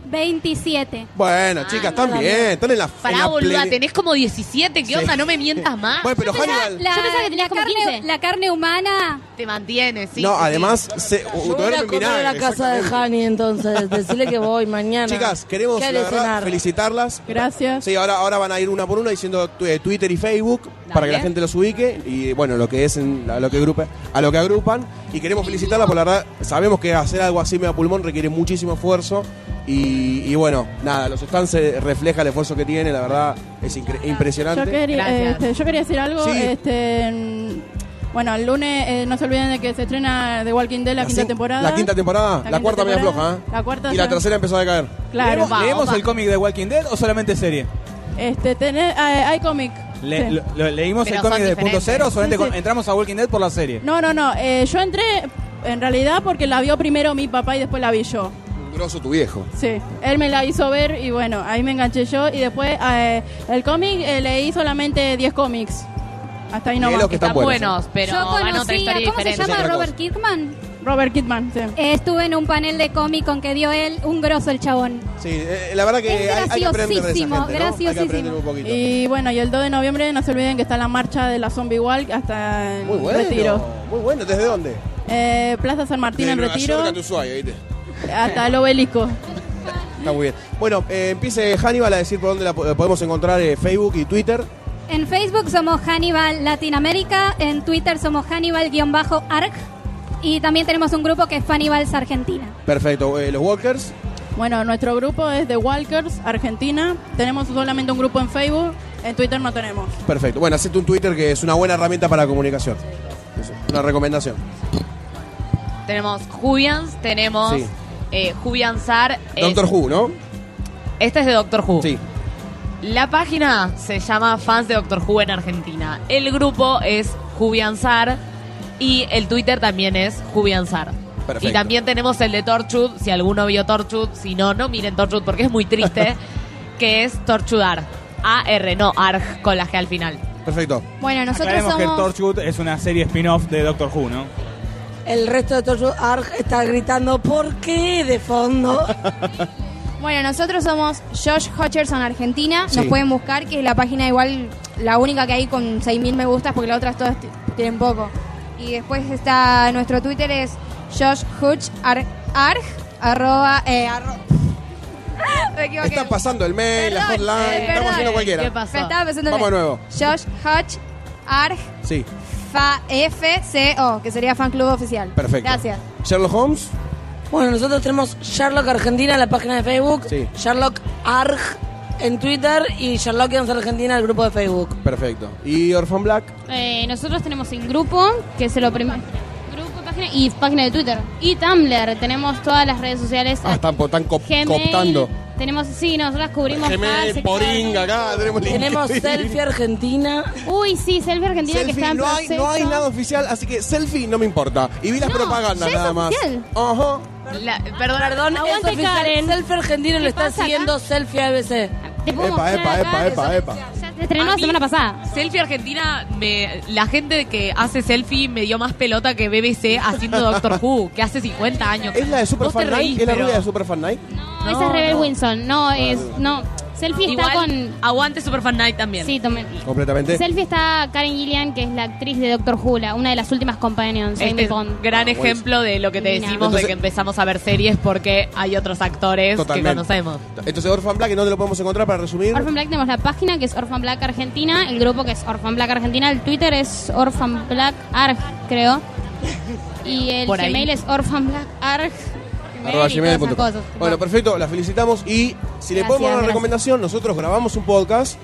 Speaker 8: 27.
Speaker 3: Bueno, chicas, están
Speaker 8: no,
Speaker 3: bien, están en la en
Speaker 5: Pará,
Speaker 3: la
Speaker 5: boluda,
Speaker 3: pleni-
Speaker 5: tenés como 17. ¿Qué
Speaker 3: Sí.
Speaker 5: onda? No me mientas más.
Speaker 3: Bueno, pero
Speaker 5: Yo pensaba-
Speaker 3: Hannibal-
Speaker 8: La,
Speaker 5: yo pensaba que
Speaker 8: la carne, la carne humana.
Speaker 5: te mantiene, sí.
Speaker 3: No,
Speaker 5: sí, sí.
Speaker 3: además, se,
Speaker 12: Yo voy a ir a
Speaker 3: duermen
Speaker 12: comer a la
Speaker 3: vinagre,
Speaker 12: casa de
Speaker 3: exactamente.
Speaker 12: Hani, entonces. Decirle que voy mañana.
Speaker 3: Chicas, queremos
Speaker 12: ¿Qué
Speaker 3: la
Speaker 12: hay de
Speaker 3: verdad,
Speaker 12: cenar?
Speaker 3: felicitarlas.
Speaker 9: Gracias.
Speaker 3: Sí, ahora, ahora van a ir una por una diciendo tu- eh, Twitter y Facebook para que la gente los ubique y bueno, lo que es en- a lo que agrupa, a lo que agrupan y queremos felicitarlas por la verdad, sabemos que hacer algo así medio a pulmón requiere muchísimo esfuerzo y, y, bueno, nada, los stands refleja el esfuerzo que tiene, la verdad es incre- impresionante.
Speaker 9: Yo quería, este, yo quería decir algo.
Speaker 3: Sí.
Speaker 9: Este, mm, bueno, el lunes eh, no se olviden de que se estrena The Walking Dead la, quinta
Speaker 3: cin-
Speaker 9: temporada.
Speaker 3: La quinta temporada, la,
Speaker 9: quinta
Speaker 3: cuarta media floja,
Speaker 9: temporada.
Speaker 3: ¿eh?
Speaker 9: La cuarta
Speaker 3: y la
Speaker 9: ya-
Speaker 3: tercera empezó a caer.
Speaker 9: Claro.
Speaker 2: ¿Leemos,
Speaker 9: Va,
Speaker 2: leemos
Speaker 9: va.
Speaker 2: el cómic de Walking Dead o solamente serie?
Speaker 9: Este, tenés- ah, hay cómic.
Speaker 2: Le-
Speaker 9: Sí.
Speaker 2: lo- lo- ¿Leímos
Speaker 9: Pero
Speaker 2: el cómic
Speaker 9: son
Speaker 2: de punto
Speaker 9: diferentes.
Speaker 2: cero o solamente
Speaker 9: Sí, sí.
Speaker 2: con- entramos a Walking Dead por la serie?
Speaker 9: No, no, no. eh, yo entré en realidad porque la vio primero mi papá y después la vi yo.
Speaker 3: Un grosso tu viejo.
Speaker 9: Sí, él me la hizo ver y bueno, ahí me enganché yo y después eh, el cómic eh, leí solamente 10 cómics. Hasta ahí
Speaker 3: Leí
Speaker 9: nomás.
Speaker 3: los que están Están buenos,
Speaker 5: buenos, pero
Speaker 8: Yo
Speaker 5: van a otra
Speaker 8: conocí a-
Speaker 5: historia
Speaker 8: ¿cómo
Speaker 5: diferente.
Speaker 8: se
Speaker 3: Es
Speaker 8: llama
Speaker 3: otra
Speaker 8: Robert Kirkman?
Speaker 9: Robert Kidman, sí.
Speaker 8: Eh, estuve en un panel de cómic con que dio él un grosso el chabón.
Speaker 3: Sí, eh, la verdad que
Speaker 8: Es
Speaker 3: hay, hay que aprender de esa gente,
Speaker 8: graciosísimo,
Speaker 3: ¿no? Hay que aprender
Speaker 8: graciosísimo.
Speaker 3: un poquito.
Speaker 9: Y bueno, y el 2 de noviembre no se olviden que está la marcha de la Zombie Walk hasta el
Speaker 3: Muy bueno,
Speaker 9: retiro.
Speaker 3: muy bueno. ¿Desde dónde?
Speaker 9: Eh, Plaza San Martín
Speaker 3: Desde
Speaker 9: en
Speaker 3: Nueva
Speaker 9: retiro
Speaker 3: York a tu Ushuaia, ¿viste?
Speaker 9: hasta el obelisco.
Speaker 3: Está muy bien. Bueno, eh, empiece Hannibal a decir por dónde la po- eh, podemos encontrar eh, Facebook y Twitter.
Speaker 8: En Facebook somos Hannibal Latinoamérica, en Twitter somos Hannibal-ARC y también tenemos un grupo que es Fannibals Argentina.
Speaker 3: Perfecto. eh, los Walkers.
Speaker 9: Bueno, nuestro grupo es The Walkers Argentina. Tenemos solamente un grupo en Facebook, en Twitter no tenemos.
Speaker 3: Perfecto. Bueno, hacete un Twitter que es una buena herramienta para la comunicación. Es una recomendación.
Speaker 5: Tenemos Jubians, tenemos
Speaker 3: Sí.
Speaker 5: eh, Jubiansar. eh,
Speaker 3: Doctor Who, ¿no?
Speaker 5: Esta es de Doctor Who.
Speaker 3: Sí.
Speaker 5: La página se llama Fans de Doctor Who en Argentina. El grupo es Jubiansar y el Twitter también es Jubiansar.
Speaker 3: Perfecto.
Speaker 5: Y también tenemos el de Torchwood, si alguno vio Torchwood, si no, no miren Torchwood porque es muy triste, que es Torchudar. A-R, no ARG, con las que al final.
Speaker 3: Perfecto.
Speaker 6: Bueno, nosotros
Speaker 2: Aclaremos que
Speaker 6: somos...
Speaker 2: Torchwood es una serie spin-off de Doctor Who, ¿no?
Speaker 12: El resto de Torchwood Arg está gritando ¿Por qué? de fondo.
Speaker 6: Bueno, nosotros somos Josh Hutcherson Argentina. Nos
Speaker 12: Sí.
Speaker 6: pueden buscar, que es la página igual, la única que hay con 6.000 me gustas, porque las otras todas t- tienen poco. Y después está nuestro Twitter, es Josh Hutch Ar- Arg, arroba, eh, arro- Me equivoqué.
Speaker 3: Están pasando el mail, la
Speaker 6: Perdón,
Speaker 3: hotline,
Speaker 6: eh,
Speaker 3: estamos
Speaker 6: perdón.
Speaker 3: haciendo cualquiera.
Speaker 5: ¿Qué pasó?
Speaker 6: Me estaba pensando
Speaker 3: Vamos
Speaker 6: en-
Speaker 3: de nuevo.
Speaker 6: Josh Hutch Arg
Speaker 3: Sí,
Speaker 6: Fa- FCO, que sería fan club oficial.
Speaker 3: perfecto.
Speaker 6: Gracias.
Speaker 3: Sherlock Holmes.
Speaker 12: Bueno, nosotros tenemos Sherlock Argentina en la página de Facebook,
Speaker 3: Sí.
Speaker 12: Sherlock Arg en Twitter y Sherlock Jones Argentina en el grupo de Facebook.
Speaker 3: Perfecto. Y Orphan Black.
Speaker 1: Eh, nosotros tenemos el grupo, que es lo primero. Grupo, página y página de Twitter. Y Tumblr. Tenemos todas las redes sociales.
Speaker 3: Ah, están, po- están cop-
Speaker 1: Gmail.
Speaker 3: cooptando.
Speaker 1: Tenemos, sí, nosotras cubrimos cada
Speaker 3: Gmail,
Speaker 1: sector.
Speaker 3: Poringa, acá tenemos
Speaker 12: Tenemos
Speaker 3: LinkedIn.
Speaker 12: Selfie Argentina.
Speaker 1: Uy, sí, Selfie Argentina que está
Speaker 3: Selfie,
Speaker 1: en
Speaker 3: no hay,
Speaker 1: proceso.
Speaker 3: no hay nada oficial, así que selfie no me importa. Y vi las
Speaker 1: No, ya
Speaker 3: propagandas
Speaker 1: es
Speaker 3: nada más.
Speaker 1: oficial.
Speaker 3: Ajá.
Speaker 5: La- perdón,
Speaker 12: Eh, Perdón, es
Speaker 1: Aguante,
Speaker 12: oficial.
Speaker 1: Karen.
Speaker 12: Selfie Argentina lo
Speaker 1: ¿Qué
Speaker 12: está
Speaker 1: pasa acá?
Speaker 12: haciendo Selfie ABC.
Speaker 1: Te puedo
Speaker 3: Epa,
Speaker 1: mostrar
Speaker 3: epa,
Speaker 1: acá.
Speaker 3: epa, epa, epa.
Speaker 1: Ya se estrenó
Speaker 5: A
Speaker 1: la
Speaker 5: mí-
Speaker 1: semana pasada.
Speaker 5: Selfie Argentina, me, la gente que hace selfie me dio más pelota que BBC haciendo Doctor Who, que hace 50 años.
Speaker 3: ¿Es la de
Speaker 5: Vos te
Speaker 3: Superfan
Speaker 5: reís,
Speaker 3: Night? ¿Es la
Speaker 5: pero-
Speaker 3: rubia de Superfan Night?
Speaker 1: eh, No, esa es Rebel Wilson. No, es. No. Selfie está
Speaker 5: Igual, Aguante Superfan Night también.
Speaker 1: Sí, tomen.
Speaker 3: Completamente.
Speaker 1: Selfie está Karen Gillian, que es la actriz de Doctor Who, la- una de las últimas companions de
Speaker 5: Este
Speaker 1: Amy
Speaker 5: es
Speaker 1: Pond.
Speaker 5: un gran ejemplo de lo que te
Speaker 1: Divina.
Speaker 5: decimos de
Speaker 1: Entonces-
Speaker 5: que empezamos a ver series porque hay otros actores
Speaker 3: Totalmente.
Speaker 5: que conocemos.
Speaker 3: Entonces, Orphan Black, ¿en dónde lo podemos encontrar para resumir?
Speaker 1: Orphan Black tenemos la página que es Orphan Black Argentina, el grupo que es Orphan Black Argentina, el Twitter es Orphan Black Arg, creo. Y el
Speaker 3: Por ahí.
Speaker 1: Gmail es Orphan Black Arg. y
Speaker 3: Arroba
Speaker 1: todas esas
Speaker 3: gmail.com.
Speaker 1: cosas.
Speaker 3: Bueno, perfecto, la felicitamos y si le
Speaker 1: Gracias,
Speaker 3: podemos dar una
Speaker 1: gracias.
Speaker 3: recomendación, nosotros grabamos un podcast.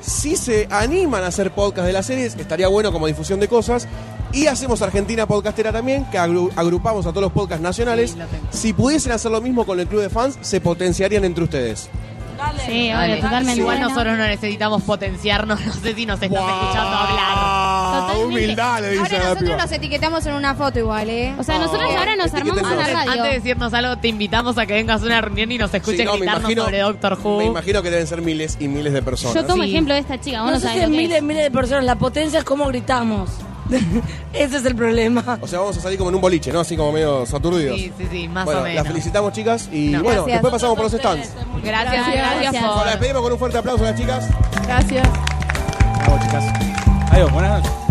Speaker 3: Si se animan a hacer podcast de las series, estaría bueno como difusión de cosas. Y hacemos Argentina Podcastera también, que agru- agrupamos a todos los podcasts nacionales. si pudiesen hacer lo mismo con el club de fans, se potenciarían entre ustedes.
Speaker 1: Sí, obvio,
Speaker 5: Dale.
Speaker 1: totalmente.
Speaker 5: Igual
Speaker 1: Bueno.
Speaker 5: nosotros no necesitamos potenciarnos, no sé si nos estás escuchando
Speaker 3: hablar.
Speaker 5: Totalmente.
Speaker 3: humildad, le dice
Speaker 6: Ahora
Speaker 3: a la
Speaker 6: nosotros
Speaker 3: piba.
Speaker 6: nos etiquetamos en una foto igual, ¿eh?
Speaker 1: O sea, nosotros ahora
Speaker 3: Este
Speaker 1: nos armamos
Speaker 5: Antes-
Speaker 1: una radio.
Speaker 5: Antes de decirnos algo, te invitamos a que vengas a una reunión y nos escuches
Speaker 3: Sí, no, me
Speaker 5: gritarnos
Speaker 3: imagino-
Speaker 5: sobre Doctor Who.
Speaker 3: Me imagino que deben ser miles y miles de personas.
Speaker 1: Yo tomo ejemplo de esta chica, vos no,
Speaker 12: No sé si
Speaker 1: sabés
Speaker 12: es
Speaker 1: lo que
Speaker 12: miles
Speaker 1: es.
Speaker 12: y miles de personas. La potencia es cómo gritamos. Ese es el problema.
Speaker 3: O sea, vamos a salir como en un boliche, ¿no? Así como medio saturdidos.
Speaker 5: Sí, sí, sí, más
Speaker 3: bueno,
Speaker 5: o menos.
Speaker 3: La felicitamos, chicas. Y bueno,
Speaker 5: Gracias.
Speaker 3: después pasamos por los stands.
Speaker 5: Gracias,
Speaker 9: Gracias.
Speaker 5: gracias,
Speaker 3: Nos
Speaker 5: por...
Speaker 3: despedimos con un fuerte aplauso a las chicas.
Speaker 9: Gracias.
Speaker 3: Bravo, chicas.
Speaker 2: Adiós, buenas noches.